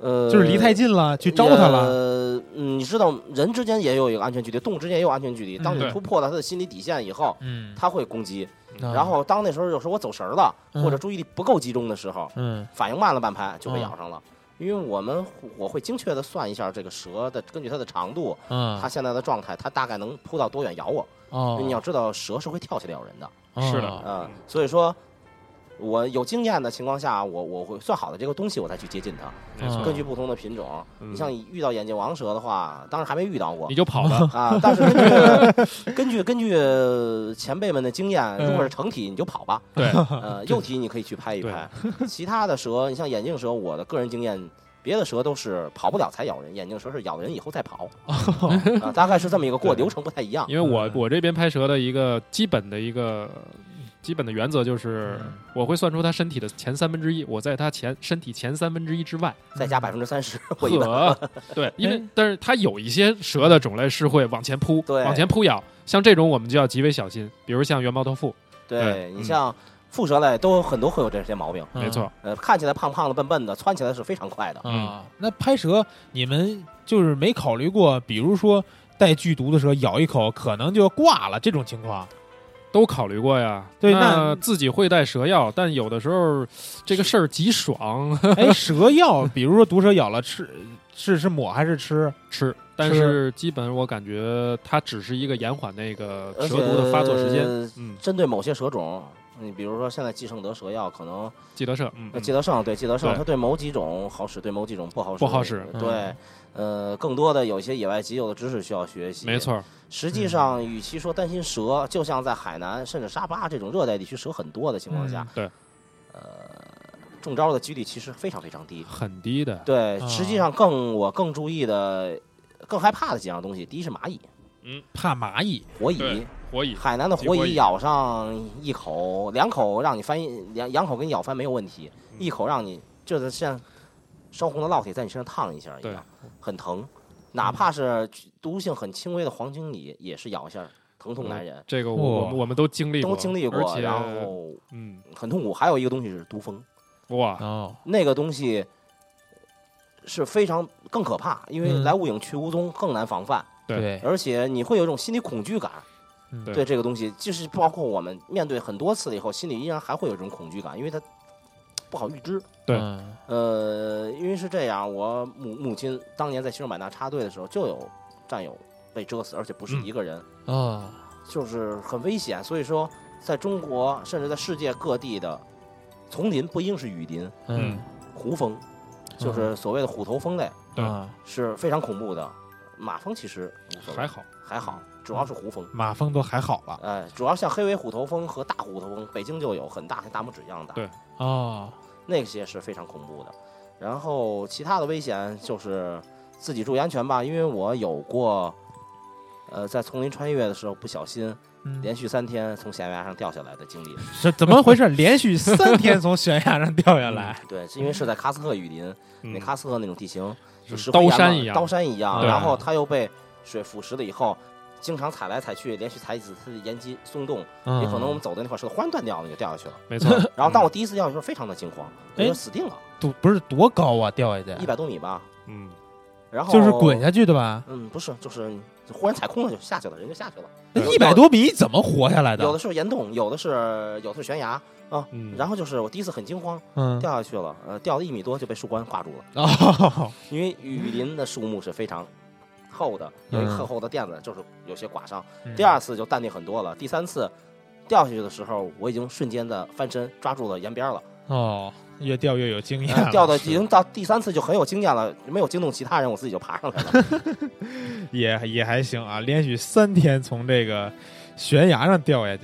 呃，就是离太近了，去招它了。呃，嗯你知道人之间也有一个安全距离，动物之间也有安全距离。嗯当你对突破了它的心理底线以后，嗯，它会攻击。啊然后当那时候有时候我走神儿了，嗯或者注意力不够集中的时候，嗯反应慢了半拍就被咬上了。因为我们我会精确的算一下这个蛇的，根据它的长度，嗯它现在的状态，它大概能扑到多远咬我。因哦为你要知道，蛇是会跳起来咬人的，是的哦嗯，所以说。我有经验的情况下，我我会算好了这个东西，我再去接近它。没错嗯。根据不同的品种，嗯你像遇到眼镜王蛇的话，当然还没遇到过你就 (laughs) 跑了，啊，但是根据 (laughs) 根据根据前辈们的经验，如果是成体你就跑吧， (laughs) 对， (laughs) 呃，幼体你可以去拍一拍， (laughs) 其他的蛇，你像眼镜蛇，我的个人经验。别的蛇都是跑不了才咬人，眼镜蛇是咬人以后再 (laughs) 跑，啊，大概是这么一个过对流程不太一样。因为我嗯我这边拍蛇的一个基本的一个基本的原则就是嗯，我会算出它身体的前三分之一，我在它前身体前三分之一之外。再加百分之三十，我一般呵，对，因哎为但是它有一些蛇的种类是会往前扑，对往前扑咬，像这种我们就要极为小心，比如像圆毛豆腐，对对嗯你像腹蛇类都有很多会有这些毛病，嗯没错，呃，看起来胖胖的、笨笨的，窜起来是非常快的。啊。那拍蛇，你们就是没考虑过，比如说带剧毒的蛇咬一口，可能就挂了这种情况。都考虑过呀。对那那自己会带蛇药，但有的时候这个事儿极爽 (laughs) 哎，蛇药，比如说毒蛇咬了吃，是是抹还是吃？吃，但是基本我感觉它只是一个延缓那个而蛇毒的发作时间。且嗯，呃针对某些蛇种，你比如说现在寄生德蛇药，可能记得是，嗯，呃，嗯记得胜对记得胜，对它对某几种好使，对某几种不好使。不好使嗯对，呃，更多的有一些野外极有的知识需要学习。没。错，实际上，与其说担心蛇，就像在海南甚至沙巴这种热带地区蛇很多的情况嗯下，对，中招的几率其实非常非常低。很低的。对，啊实际上更我更注意的、更害怕的几样东西，第一是蚂蚁，怕蚂蚁火蚁对。火蚁海南的火火蚁蚁咬上一口、两口，让你翻一两两口给你咬翻没有问题，嗯一口让你就是像烧红的烙铁在你身上烫一下一样，很疼。嗯哪怕是毒性很轻微的黄经理，也是咬一下，疼痛难忍，这个我我们哇我们都经历过，都经历嗯而过，且然后嗯，很痛苦。还有一个东西是毒蜂，哇，哦，那个东西是非常更可怕，因为嗯来无影去无踪，更难防范，对对，而且你会有一种心理恐惧感。嗯对对这个东西，就是包括我们面对很多次了以后，心里依然还会有这种恐惧感，因为它不好预知。对嗯呃，因为是这样，我母母亲当年在西双版纳插队的时候，就有战友被蛰死，而且不是嗯一个人，哦，就是很危险。所以说，在中国甚至在世界各地的丛林不应是雨林，嗯胡蜂就是嗯所谓的虎头蜂类，对啊，是非常恐怖的。马蜂其实无所谓还好，还好，主要是胡蜂。马蜂都还好了哎，主要像黑尾虎头蜂和大虎头蜂，北京就有很大，像大拇指一样大。对哦，那些是非常恐怖的。然后其他的危险就是自己注意安全吧，因为我有过，呃，在丛林穿越的时候不小心嗯连续三天从悬崖上掉下来的经历。是怎么回事？ (laughs) 连续三天从悬崖上掉下来，对，是因为是在喀斯特雨林，那嗯喀斯特那种地形就是石灰刀岩嘛山一样，刀山一样，对啊然后它又被水腐蚀了以后，经常踩来踩去，连续踩几次它的延机松动，嗯也可能我们走的那块车忽然断掉了，你就掉下去了。没错，然后当我第一次掉的时候，非常的惊慌，我哎说死定了，多不是多高啊，掉下去一百多米吧。嗯，然后就是滚。下去的吧？嗯，不是，就是忽然踩空了就下去了，人就下去了。那有一百多米怎么活下来的？有的是岩洞，有的是有的是悬崖啊。嗯然后就是我第一次很惊慌，嗯掉下去了，呃，掉了一米多就被树冠挂住了，哦，因为雨林的树木是非常厚的，有一个嗯厚厚的垫子，就是有些刮伤。嗯第二次就淡定很多了，第三次掉下去的时候，我已经瞬间的翻身抓住了沿 (laughs) 边了，哦，越掉越有经验呃了，掉的已经到第三次就很有经验了，没有惊动其他人，我自己就爬上来了。也也还行啊，连续三天从这个悬崖上掉下去。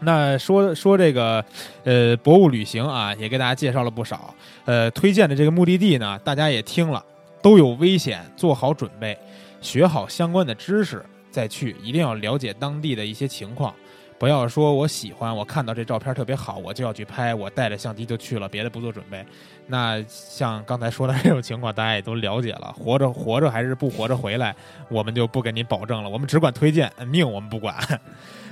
那说说这个，呃，博物旅行啊，也给大家介绍了不少。呃，推荐的这个目的地呢，大家也听了，都有危险，做好准备，学好相关的知识再去，一定要了解当地的一些情况，不要说我喜欢，我看到这照片特别好，我就要去拍，我带着相机就去了，别的不做准备。那像刚才说的这种情况，大家也都了解了，活着活着还是不活着回来，我们就不给您保证了，我们只管推荐，呃命我们不管。 (laughs)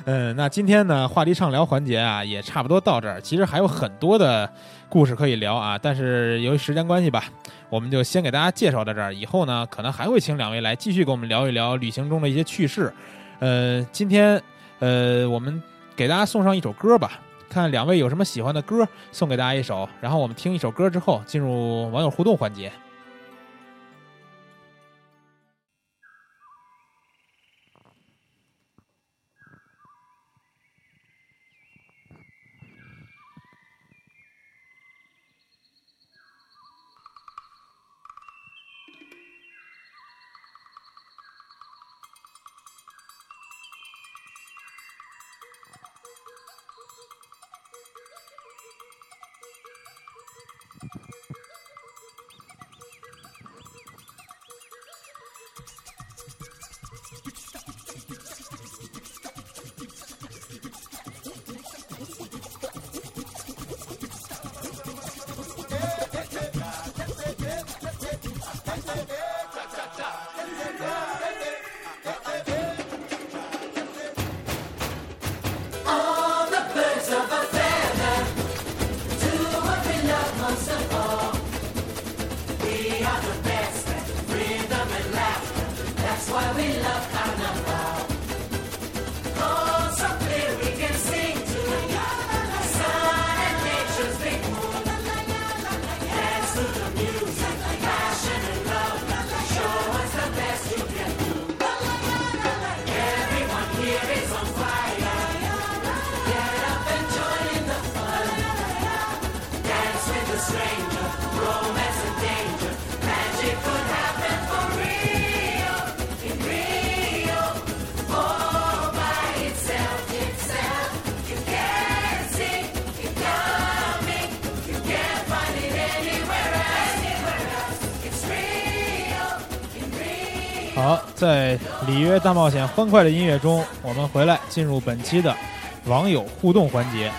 嗯，那今天呢，话题畅聊环节啊，也差不多到这儿。其实还有很多的故事可以聊啊，但是由于时间关系吧，我们就先给大家介绍到这儿。以后呢，可能还会请两位来继续跟我们聊一聊旅行中的一些趣事。呃，今天呃，我们给大家送上一首歌吧，看两位有什么喜欢的歌送给大家一首，然后我们听一首歌之后，进入网友互动环节。好，在里约大冒险欢快的音乐中，我们回来进入本期的网友互动环节。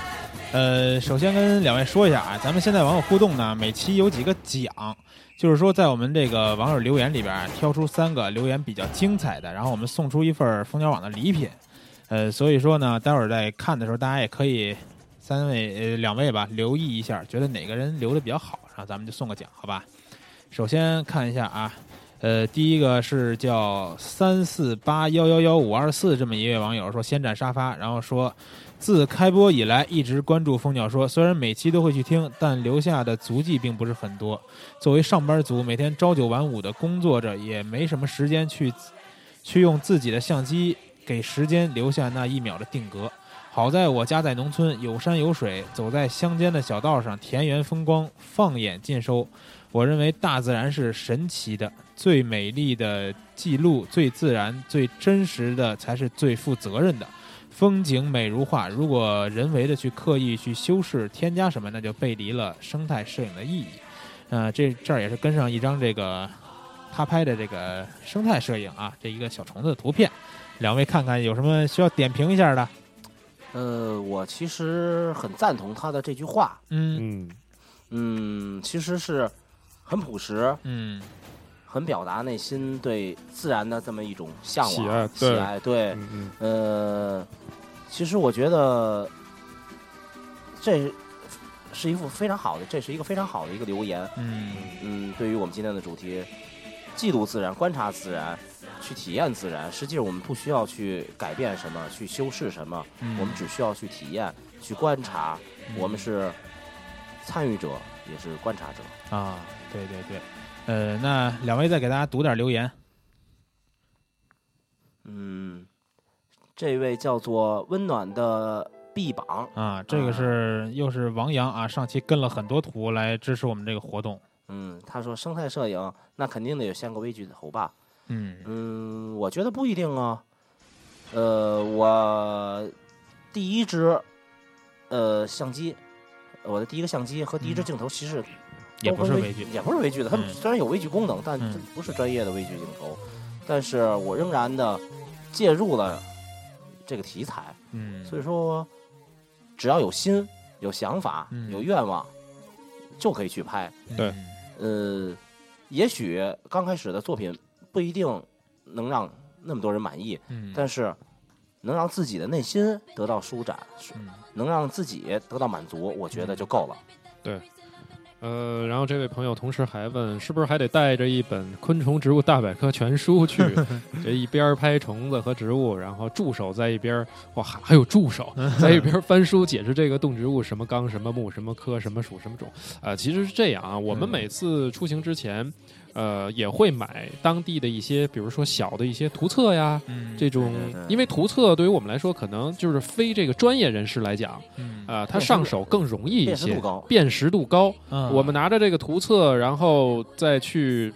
呃，首先跟两位说一下啊，咱们现在网友互动呢，每期有几个奖，就是说在我们这个网友留言里边啊挑出三个留言比较精彩的，然后我们送出一份蜂鸟网的礼品。呃，所以说呢，待会儿在看的时候，大家也可以三位呃两位吧留意一下，觉得哪个人留的比较好，然后咱们就送个奖，好吧？首先看一下啊，呃，第一个是叫三四八幺幺幺五二四这么一位网友说先占沙发，然后说自开播以来一直关注蜂鸟说，虽然每期都会去听，但留下的足迹并不是很多。作为上班族，每天朝九晚五的工作着，也没什么时间去去用自己的相机给时间留下那一秒的定格。好在我家在农村，有山有水，走在乡间的小道上，田园风光放眼尽收。我认为大自然是神奇的，最美丽的记录、最自然、最真实的才是最负责任的。风景美如画，如果人为的去刻意去修饰、添加什么，那就背离了生态摄影的意义。呃，这这儿也是跟上一张这个他拍的这个生态摄影啊，这一个小虫子的图片。两位看看有什么需要点评一下的？呃，我其实很赞同他的这句话，嗯嗯嗯，其实是很朴实、嗯很表达内心对自然的这么一种向往、喜爱喜对爱对，嗯嗯，呃，其实我觉得这是一幅非常好的，这是一个非常好的一个留言。嗯嗯，对于我们今天的主题，记录自然、观察自然、去体验自然，实际上我们不需要去改变什么，去修饰什么，嗯，我们只需要去体验、去观察。我们是参与者，也是观察者。啊，对对对，呃，那两位再给大家读点留言，嗯，这位叫做温暖的臂膀，啊，这个是又是王阳啊，上期跟了很多图来支持我们这个活动。嗯，他说生态摄影那肯定得有先个微距头吧？嗯嗯，我觉得不一定啊。呃，我第一支呃相机，我的第一个相机和第一支嗯镜头其实也都不是跟微距也不是微距的。它们嗯虽然有微距功能，但嗯这不是专业的微距镜头。但是我仍然的介入了这个题材，嗯，所以说只要有心、有想法、嗯有愿望，就可以去拍。对嗯，呃，也许刚开始的作品不一定能让那么多人满意，嗯，但是能让自己的内心得到舒展，嗯能让自己得到满足，我觉得就够了。呃，然后这位朋友同时还问，是不是还得带着一本《昆虫植物大百科全书》 (laughs) 去，这一边拍虫子和植物，然后助手在一边儿，哇，还有助手在一边儿翻书解释这个动植物什么纲、什么目、什么科、什么属、什么种。啊、其实是这样啊，我们嗯每次出行之前，呃，也会买当地的一些，比如说小的一些图册呀。嗯这种对对，因为图册对于我们来说，可能就是非这个专业人士来讲，嗯啊、它上手更容易一辨识些度，高，辨识度高。嗯啊我们拿着这个图册，然后再去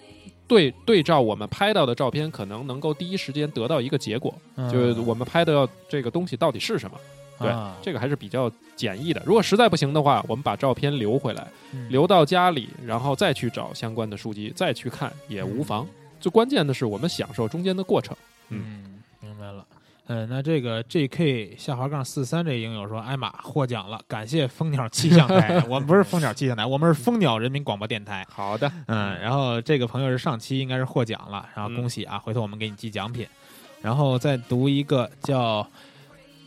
对对照我们拍到的照片，可能能够第一时间得到一个结果，嗯就是我们拍的这个东西到底是什么。对啊这个还是比较简易的。如果实在不行的话，我们把照片留回来，嗯留到家里，然后再去找相关的书籍，再去看也无妨。最关键的是，我们享受中间的过程。嗯，明白了。呃，那这个 J.K. 下滑杠四三这个影友说，艾玛获奖了，感谢蜂鸟气象 (laughs) 台。我们不是蜂鸟气象台，我们是蜂鸟人民广播电台。好的，嗯，然后这个朋友是上期应该是获奖了，然后恭喜啊，回头我们给你寄奖品。然后再读一个叫，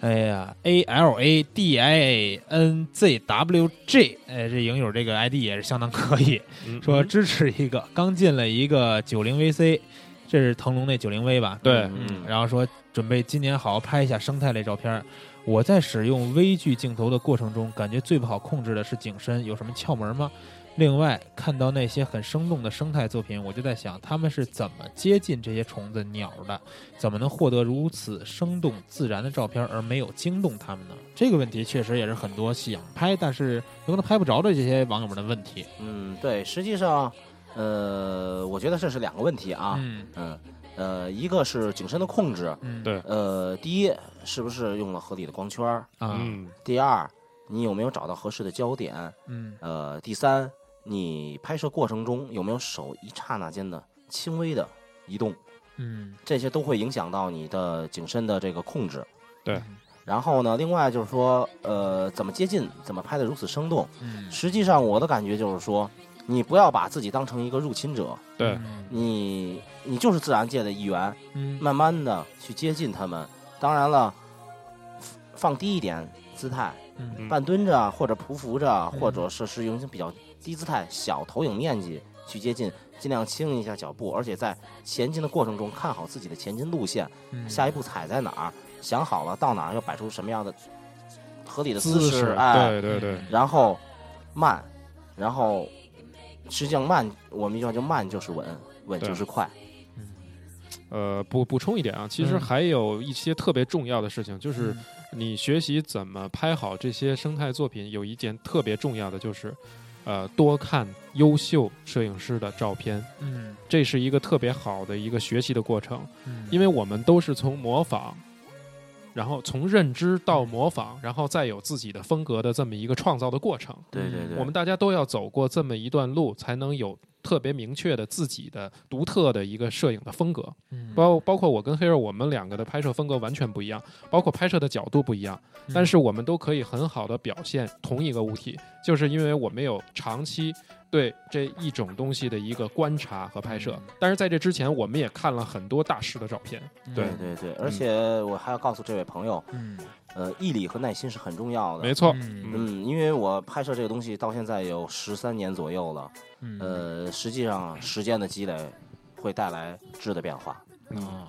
哎呀，A L A D I A N Z W G，哎，这影友这个 ID 也是相当可以，嗯说支持一个，刚进了一个九零 VC，这是腾龙那九零 V 吧？对嗯，然后说准备今年好好拍一下生态类照片儿。我在使用微距镜头的过程中，感觉最不好控制的是景深，有什么窍门吗？另外，看到那些很生动的生态作品，我就在想，他们是怎么接近这些虫子、鸟的？怎么能获得如此生动自然的照片而没有惊动他们呢？这个问题确实也是很多想拍但是有可能拍不着的这些网友们的问题嗯，对，实际上，呃，我觉得这是两个问题啊，嗯嗯，呃，一个是景深的控制，嗯，对呃，第一是不是用了合理的光圈儿，啊，嗯，第二你有没有找到合适的焦点，嗯呃，第三，你拍摄过程中有没有手一刹那间的轻微的移动，嗯这些都会影响到你的景深的这个控制。对。然后呢，另外就是说，呃，怎么接近，怎么拍的如此生动。嗯，实际上，我的感觉就是说，你不要把自己当成一个入侵者，对，你你就是自然界的一员，嗯慢慢的去接近他们。当然了，放低一点姿态，嗯半蹲着或者匍匐着，或者是是用比较低姿态、小投影面积去接近，尽量轻一下脚步，而且在前进的过程中看好自己的前进路线，嗯，下一步踩在哪儿，想好了到哪儿要摆出什么样的合理的姿势，势，哎，对对对，然后慢，然后实际上慢，我们一句话就慢就是稳，稳对就是快，呃，补补充一点啊，其实嗯还有一些特别重要的事情，就是嗯你学习怎么拍好这些生态作品，有一件特别重要的就是，呃，多看优秀摄影师的照片，嗯这是一个特别好的一个学习的过程，嗯，因为我们都是从模仿。然后从认知到模仿，然后再有自己的风格的这么一个创造的过程，对对对，我们大家都要走过这么一段路，才能有特别明确的自己的独特的一个摄影的风格，嗯包包括我跟黑儿我们两个的拍摄风格完全不一样，包括拍摄的角度不一样，但是我们都可以很好的表现同一个物体，就是因为我们有长期对这一种东西的一个观察和拍摄。但是在这之前，我们也看了很多大师的照片。对对对对，而且我还要告诉这位朋友，嗯，呃，毅力和耐心是很重要的。没错，嗯嗯嗯，因为我拍摄这个东西到现在有十三年左右了，嗯呃，实际上时间的积累会带来质的变化。嗯，啊，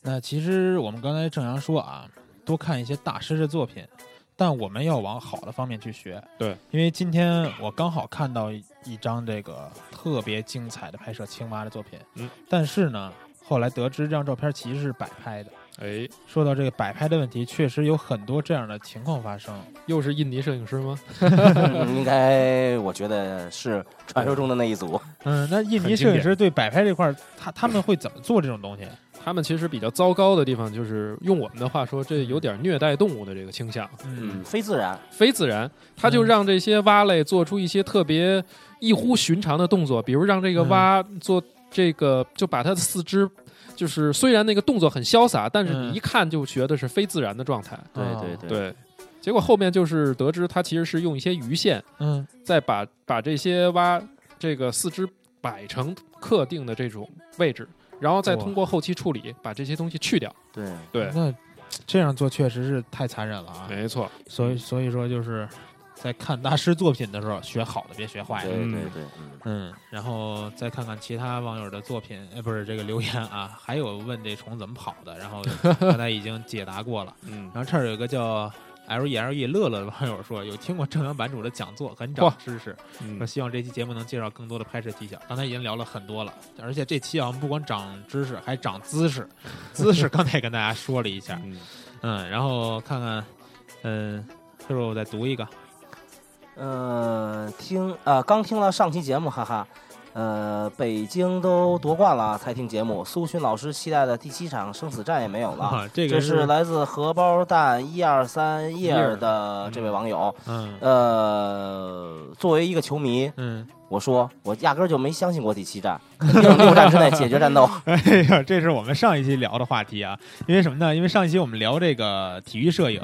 那其实我们刚才正阳说啊，多看一些大师的作品，但我们要往好的方面去学。对，因为今天我刚好看到一一张这个特别精彩的拍摄青蛙的作品，嗯，但是呢，后来得知这张照片其实是摆拍的。哎，说到这个摆拍的问题，确实有很多这样的情况发生。又是印尼摄影师吗？嗯应该我觉得是传说中的那一组。嗯，那印尼很经摄典影师对摆拍这块儿，他他们会怎么做这种东西？他们其实比较糟糕的地方，就是用我们的话说，这有点虐待动物的这个倾向，嗯，非自然。非自然。他就嗯让这些蛙类做出一些特别异乎寻常的动作，比如让这个蛙做这个，就把它的四肢。就是虽然那个动作很潇洒，但是你嗯一看就觉得是非自然的状态。对啊嗯对对，对，结果后面就是得知他其实是用一些鱼线，嗯再把把这些蛙这个四肢摆成特定的这种位置，然后再哇通过后期处理把这些东西去掉。对对，那这样做确实是太残忍了啊。没错，所以所以说就是在看大师作品的时候，学好的别学坏的。对对嗯对，嗯，嗯，然后再看看其他网友的作品，呃，不是这个留言啊，还有问这虫怎么跑的，然后刚才已经解答过了。嗯然后这儿有一个叫 L E L E 乐乐的网友说，有听过正阳版主的讲座，很长嚯知识，说嗯希望这期节目能介绍更多的拍摄技巧。刚才已经聊了很多了，而且这期啊，我们不光长知识，还长姿势，姿势刚才也跟大家说了一下，嗯嗯，然后看看，嗯，就是我再读一个，呃，听呃，刚听了上期节目，哈哈。呃，北京都夺冠了才听节目，苏洵老师期待的第七场生死战也没有 (laughs) 了。啊，这这个是来自荷包蛋一二三叶儿的这位网友。嗯呃，作为一个球迷， (laughs) 嗯，我说我压根儿就没相信过第七战，肯定是六战之内解决 (laughs) 战斗。哎呀，这是我们上一期聊的话题啊，因为什么呢？因为上一期我们聊这个体育摄影，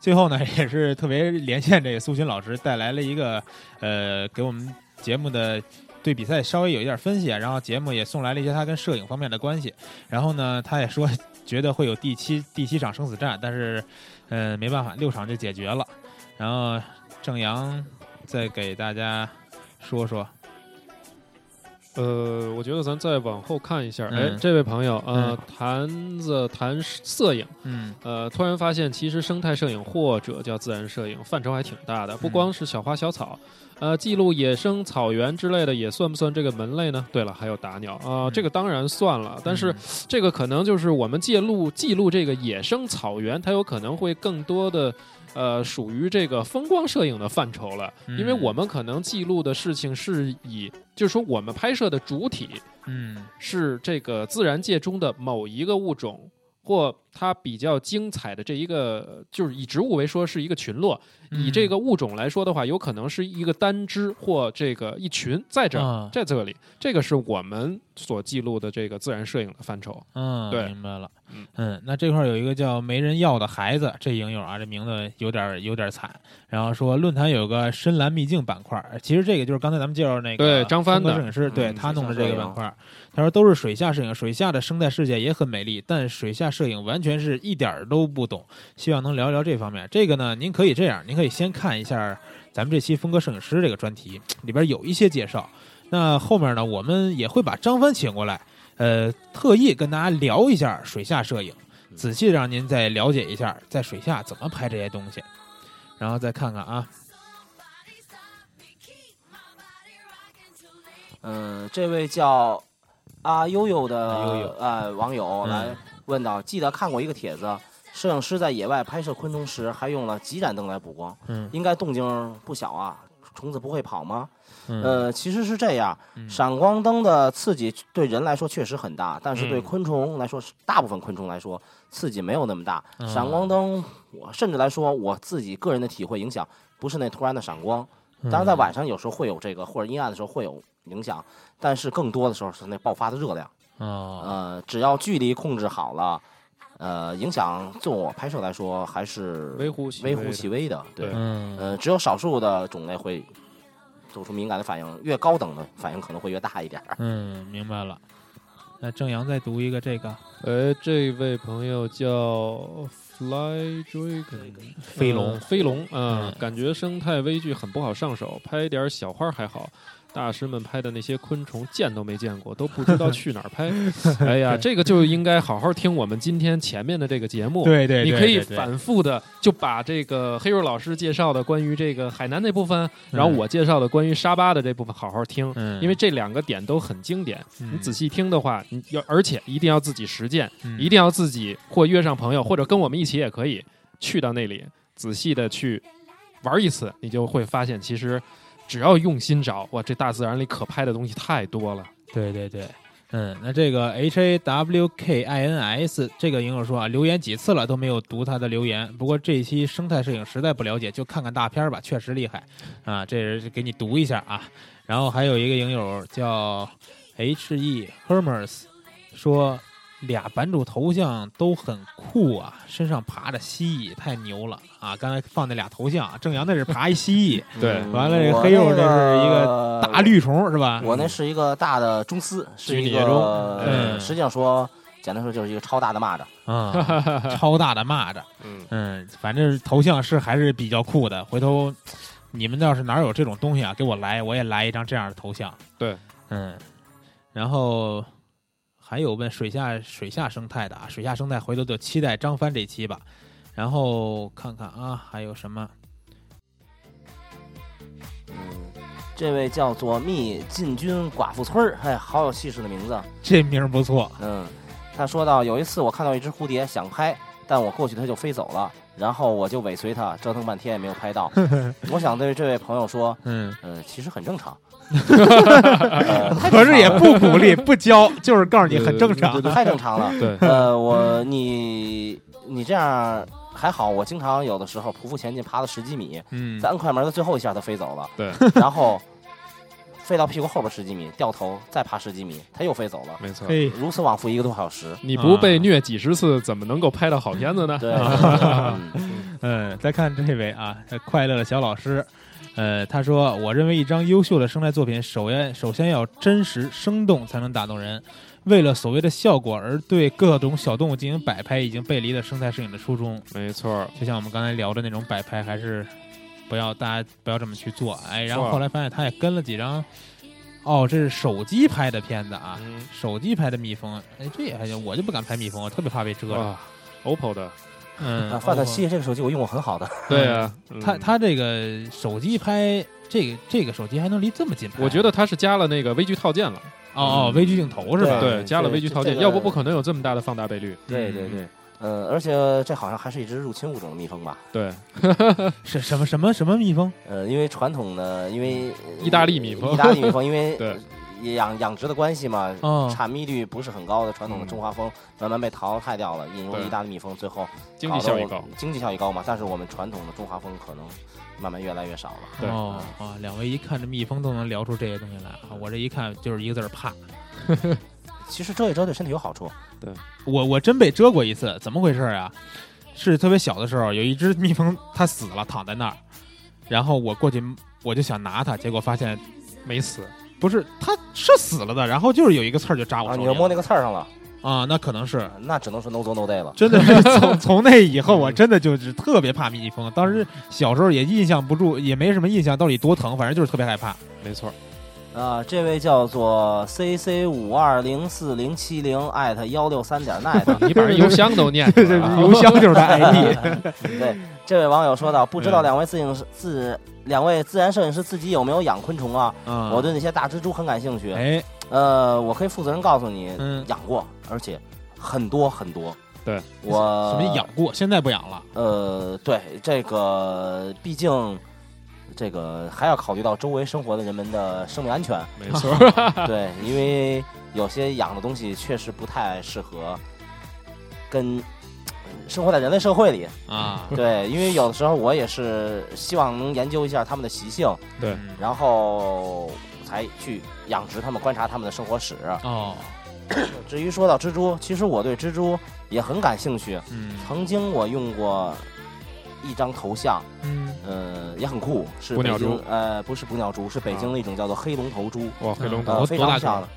最后呢 (laughs) 也是特别连线这个苏洵老师带来了一个呃，给我们节目的。对比赛稍微有一点分析啊，然后节目也送来了一些他跟摄影方面的关系。然后呢，他也说觉得会有第七第七场生死战，但是，呃，没办法，六场就解决了。然后郑阳再给大家说说，呃，我觉得咱再往后看一下，哎，嗯这位朋友，呃，谈子谈摄影，嗯呃，突然发现其实生态摄影或者叫自然摄影范畴还挺大的，不嗯光是小花小草，呃，记录野生草原之类的也算不算这个门类呢？对了，还有打鸟啊、嗯这个当然算了，但是这个可能就是我们记录记录这个野生草原，它有可能会更多的。呃，属于这个风光摄影的范畴了，因为嗯我们可能记录的事情是以，就是说我们拍摄的主体嗯是这个自然界中的某一个物种或它比较精彩的这一个，就是以植物为说是一个群落，嗯以这个物种来说的话，有可能是一个单只或这个一群在这儿。嗯在这里，这个是我们所记录的这个自然摄影的范畴。嗯，对明白了嗯。嗯，那这块儿有一个叫“没人要的孩子”这影友啊，这名字有点儿有点儿惨。然后说论坛有个深蓝秘境板块儿，其实这个就是刚才咱们介绍那个对张帆的风格摄影师，对嗯他水弄的这下摄个影板块儿。他说都是水下摄影，水下的生态世界也很美丽，但水下摄影完全是一点儿都不懂。希望能聊聊这方面。这个呢，您可以这样，您可以先看一下咱们这期风格摄影师这个专题里边有一些介绍。那后面呢，我们也会把张帆请过来，呃，特意跟大家聊一下水下摄影，嗯仔细让您再了解一下在水下怎么拍这些东西，然后再看看啊，嗯，这位叫阿悠悠阿悠的悠呃网友嗯来问到，记得看过一个帖子，摄影师在野外拍摄昆虫时，还用了几盏灯来补光，嗯应该动静不小啊。虫子不会跑吗？嗯呃，其实是这样，嗯闪光灯的刺激对人来说确实很大，但是对嗯昆虫来说，是大部分昆虫来说刺激没有那么大。嗯闪光灯，我甚至来说，我自己个人的体会影响，不是那突然的闪光，嗯当然在晚上有时候会有这个，或者阴暗的时候会有影响，但是更多的时候是那爆发的热量。啊，呃，只要距离控制好了，呃，影响就我拍摄来说还是微乎其微微乎的其微的。对，嗯呃，只有少数的种类会做出敏感的反应，越高等的反应可能会越大一点儿。嗯，明白了。那正阳再读一个这个哎，这位朋友叫 Fly Dragon 嗯飞龙呃飞龙，嗯嗯，感觉生态微距很不好上手，拍点小花还好。大师们拍的那些昆虫，见都没见过，都不知道去哪儿 (laughs) 拍。哎呀，这个就应该好好听我们今天前面的这个节目。对对你可以对对反复的就把这个黑肉老师介绍的关于这个海南那部分，然后嗯我介绍的关于沙巴的这部分好好听，嗯，因为这两个点都很经典。嗯你仔细听的话，你要而且一定要自己实践，嗯一定要自己或约上朋友，或者跟我们一起也可以去到那里仔细的去玩一次，你就会发现，其实只要用心找，哇，这大自然里可拍的东西太多了。对对对，嗯，那这个 H A W K I N S 这个影友说啊，留言几次了都没有读他的留言。不过这一期生态摄影实在不了解，就看看大片儿吧，确实厉害啊！这是给你读一下啊。然后还有一个影友叫 H E Hermes 说。俩版主头像都很酷啊，身上爬着蜥蜴，太牛了啊！刚才放那俩头像啊，正阳那是爬一蜥蜴，对嗯完了这我黑肉这那是一个大绿虫是吧？我那是一个大的中丝，是虚一拟个中嗯呃，实际上说简单说就是一个超大的蚂蚱。啊， (laughs) 超大的蚂蚱。嗯，嗯，反正头像是还是比较酷的。回头你们要是哪儿有这种东西啊，给我来，我也来一张这样的头像。对，嗯，然后还有问水下水下生态的啊，水下生态回头就期待张帆这期吧。然后看看啊，还有什么？嗯，这位叫做密进军寡妇村儿，哎，好有气势的名字。这名儿不错，嗯，他说到有一次我看到一只蝴蝶想拍，但我过去它就飞走了，然后我就尾随它，折腾半天也没有拍到。 (laughs) 我想对这位朋友说，嗯，呃，其实很正 (laughs) 常。呃太正常了可是也不鼓励，不教，就是告诉你很正常。太正常了。对，呃，我你你这样还好，我经常有的时候匍匐前进，爬了十几米，嗯在，摁快门的最后一下它飞走 (laughs) 了， (laughs) 对，然后飞到屁股后边十几米，掉头再爬十几米，它又飞走了，没错。嘿，如此往复一个多小 (laughs) 时。你不被虐几十次，怎么能够拍到好片子呢？(laughs) 对，嗯嗯，再看这位啊，快乐的小老师，呃，他说：“我认为一张优秀的生态作品，首先首先要真实生动，才能打动人。为了所谓的效果而对各种小动物进行摆拍，已经背离了生态摄影的初衷。 (laughs) 没错，就像我们刚才聊的那种摆拍，还是不要大家不要这么去做。哎，然后是后来发现他也跟了几张，哦，这是手机拍的片子啊，嗯，手机拍的蜜蜂，哎，这也还行，我就不敢拍蜜蜂，我特别怕被蛰着。哇，OPPO 啊的，嗯，啊，范特包括西这个手机我用过很好的，对啊，嗯他他这个手机拍这个这个手机还能离这么近拍？啊我觉得他是加了那个微距套件了，哦哦，微距镜头是吧？对对，加了微距套这件，个要不不可能有这么大的放大倍率。对对对，呃，而且这好像还是一只入侵物种的蜜蜂吧？对，是什么什么什么蜜蜂？呃，因为传统的，因为呃嗯意大利蜜蜂意大利蜜蜂，因为 (laughs) 对养养殖的关系嘛，哦产蜜率不是很高的传统的嗯中华蜂慢慢被淘汰掉了，引入对意大利蜜蜂，最后经济效益高搞得我，经济效益高嘛。但是我们传统的中华蜂可能慢慢越来越少了。对哦啊，两位一看这蜜蜂都能聊出这些东西来啊！我这一看就是一个字儿怕。其实遮一遮对身体有好处，我我真被蛰过一次，怎么回事啊？是特别小的时候，有一只蜜蜂它死了，躺在那儿，然后我过去我就想拿它，结果发现没死，不是它是死了的，然后就是有一个刺儿就扎我啊，手你里就了摸那个刺儿上了，啊，那可能是那只能说 no do no day (laughs) 了。真的是从从那以后，我真的就是特别怕蜜蜂。当时小时候也印象不住，也没什么印象到底多疼，反正就是特别害怕。没错， (laughs) 嗯啊，这位叫做 C C 五二零四零七零艾特幺六三点 (laughs) net，啊你把人邮箱都念出来了啊邮箱就是他 (laughs) ID，对，这位网友说到，不嗯知道两位自影自两位自然摄影师自己有没有养昆虫啊？嗯我对那些大蜘蛛很感兴趣。哎，呃，我可以负责任告诉你，嗯，养过，而且很多很多。对，我什么养？过，现在不养了。呃，对，这个毕竟。这个还要考虑到周围生活的人们的生命 (laughs) 安全，啊没错，对，因为有些养的东西确实不太适合跟生活在人类社会里，啊，嗯对，因为有的时候我也是希望能研究一下它们的习性，对嗯然后才去养殖它们，观察它们的生活史。哦，至于说到蜘蛛，其实我对蜘蛛也很感兴趣。嗯曾经我用过一张头像，嗯，呃，也很酷，是捕北鸟京蛛呃，不是捕鸟蛛，是北京的一种叫做黑龙头蛛， (laughs) 哇，黑龙多呃，头非啊多常大啊漂个？亮，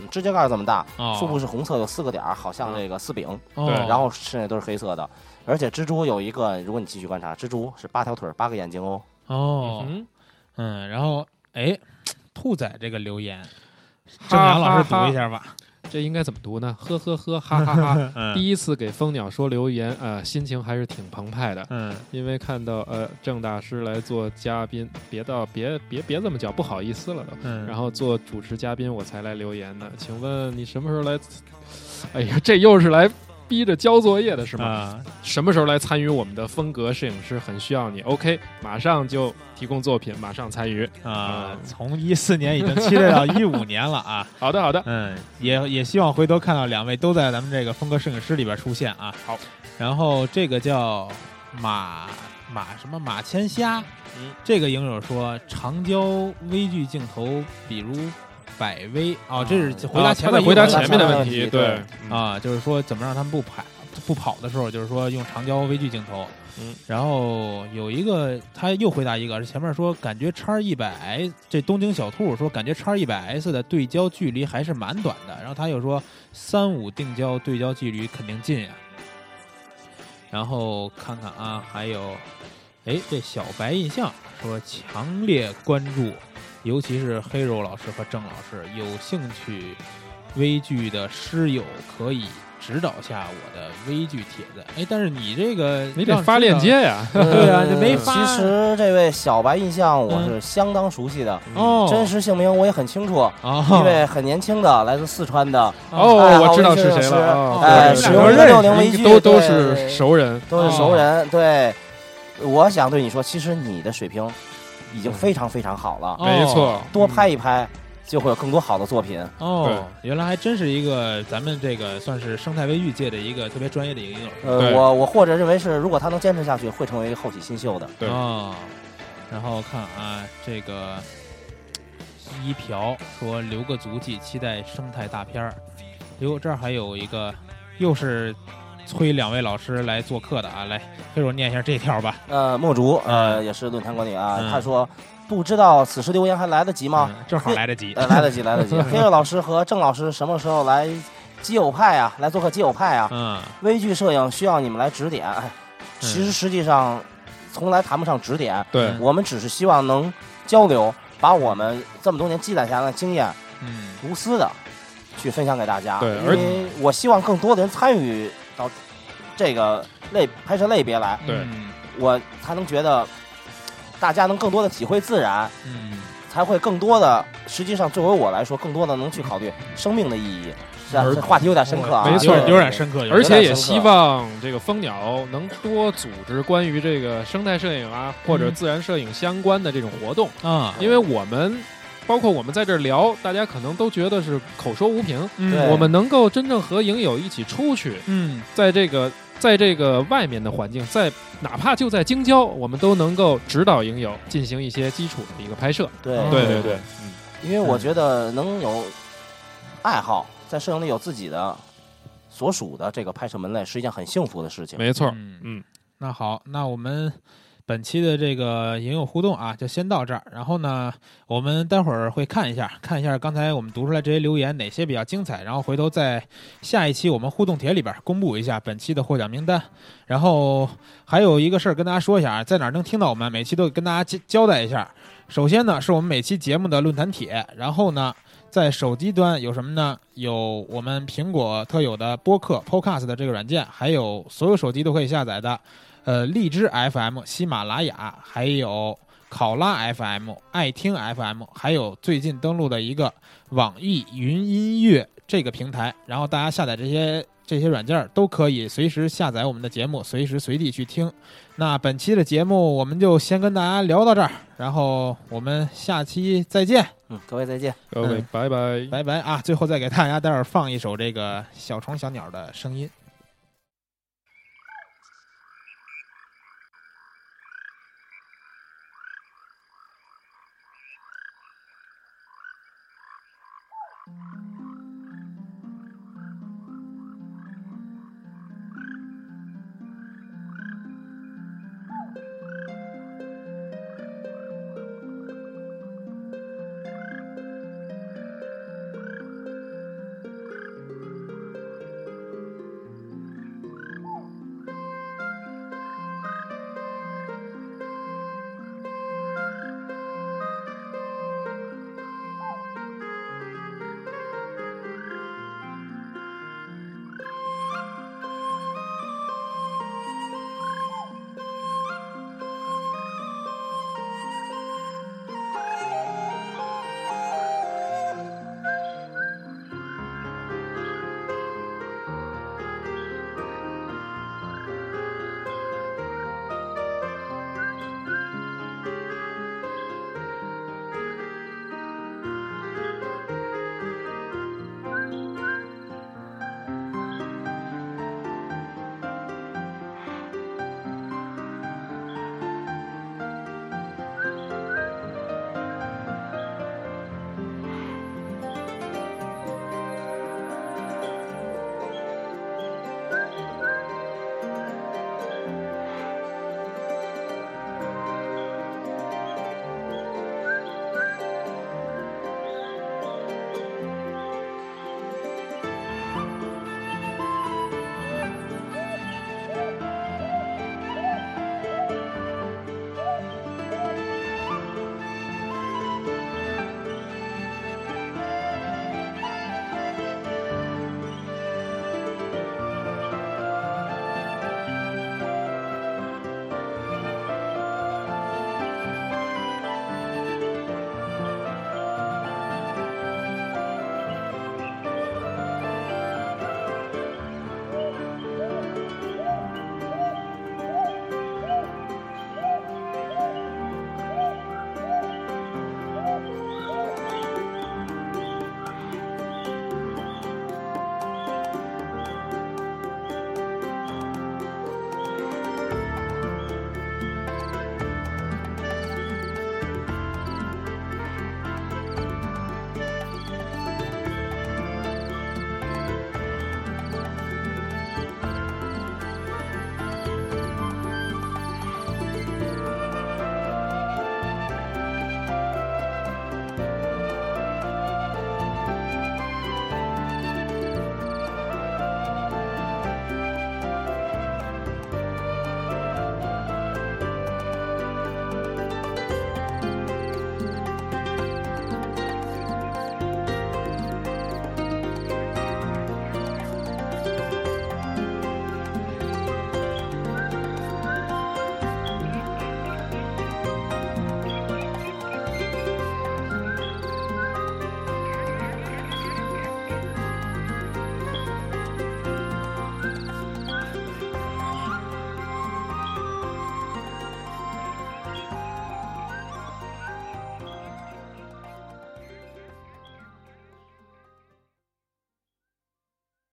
嗯指甲盖儿这么大，哦，腹部是红色，有四个点儿，好像这个啊四饼，哦，对然后剩下都是黑色的。而且蜘蛛有一个，如果你继续观察，蜘蛛是八条腿儿、八个眼睛哦。哦，嗯，嗯，然后哎，兔仔这个留言，哈正阳老师哈读一下吧。这应该怎么读呢？呵呵呵，哈哈哈！ (laughs) 嗯第一次给蜂鸟说留言，呃，心情还是挺澎湃的，嗯，因为看到呃郑大师来做嘉宾，别到别别别这么叫，不好意思了都。嗯然后做主持嘉宾，我才来留言的。请问你什么时候来？哎呀，这又是来逼着交作业的是吗？啊，什么时候来参与我们的风格摄影师？很需要你。OK，马上就提供作品，马上参与。啊，嗯从一四年已经期待到一五年了啊，好的，好的。 (laughs) 嗯，也也希望回头看到两位都在咱们这个风格摄影师里边出现啊。好，然后这个叫马马什么马千虾，嗯，这个影友说长焦微距镜头，比如百威哦，这是回答啊前他面在回答一个前面的问问题题，对对啊，啊，就是说怎么让他们不跑不跑的时候，就是说用长焦微距镜头。嗯，然后有一个他又回答一个，前面说感觉叉一百 S 这东京小兔说感觉叉一百 S 的对焦距离还是蛮短的，然后他又说三五定焦对焦距离肯定近呀、然后看看啊，还有，哎，这小白印象说强烈关注，尤其是黑柔老师和郑老师，有兴趣微剧的师友可以指导下我的微剧帖子。哎，但是你这个你得发链接呀。 (laughs) 对啊呃这没法其实这位小白印象我嗯是相当熟悉的，哦，嗯真实姓名我也很清楚，哦，因为很年轻的，来自四川的，哎哦，我知道是谁了。好哦哎，对使对用对人六六认零识微对距，都都对是，熟人。都是熟哦人。对，我想对你说，其实你的水平已经非常非常好了，哦没错，多拍一拍就会有更多好的作品。哦，原来还真是一个咱们这个算是生态微育界的一个特别专业的一个应用。呃，对我我或者认为是，如果他能坚持下去，会成为一个后起新秀的。对哦，然后看啊，这个一瓢说留个足迹，期待生态大片儿。哟，这儿还有一个，又是催两位老师来做客的啊！来，黑手念一下这条吧。呃，墨竹，呃，嗯也是论坛管理啊，嗯他说不知道此时留言还来得及吗？嗯，正好来得及。呃，啊来得及，(laughs) 来得及。黑月老师和郑老师什么时候来基友派啊？来做客基友派啊？嗯，微距摄影需要你们来指点。嗯哎其实实际上，从来谈不上指点，对我们只是希望能交流，把我们这么多年积攒下来的经验，嗯，无私的去分享给大家。对因而为我希望更多的人参与到这个类拍摄类别来，对嗯，我才能觉得大家能更多的体会自然，嗯，才会更多的，实际上作为我来说，更多的能去考虑生命的意义。是啊，而这话题有点深刻啊，没有错点有点刻。深刻，有点而且深也刻希望这个蜂鸟能多组织关于这个生态摄影啊或者嗯自然摄影相关的这种活动，啊，因为我们包括我们在这儿聊，大家可能都觉得是口说无凭，对嗯我们能够真正和影友一起出去，嗯，在这个在这个外面的环境，在哪怕就在京郊，我们都能够指导影友进行一些基础的一个拍摄。对对对对，因为我觉得能有爱好，在摄影里有自己的所属的这个拍摄门类，是一件很幸福的事情。没错，嗯嗯，那好，那我们本期的这个影友互动啊，就先到这儿。然后呢，我们待会儿会看一下，看一下刚才我们读出来这些留言哪些比较精彩，然后回头在下一期我们互动帖里边公布一下本期的获奖名单。然后还有一个事儿跟大家说一下啊，在哪儿能听到我们，每期都跟大家交交代一下。首先呢，是我们每期节目的论坛帖，然后呢。在手机端有什么呢？有我们苹果特有的播客 Podcast 的这个软件，还有所有手机都可以下载的呃，荔枝 FM、喜马拉雅，还有考拉 FM、爱听 FM，还有最近登录的一个网易云音乐这个平台，然后大家下载这些这些软件儿都可以随时下载我们的节目，随时随地去听。那本期的节目我们就先跟大家聊到这儿，然后我们下期再见，嗯，各位再见。各位嗯拜拜。拜拜啊！最后再给大家待会儿放一首这个小虫小鸟的声音。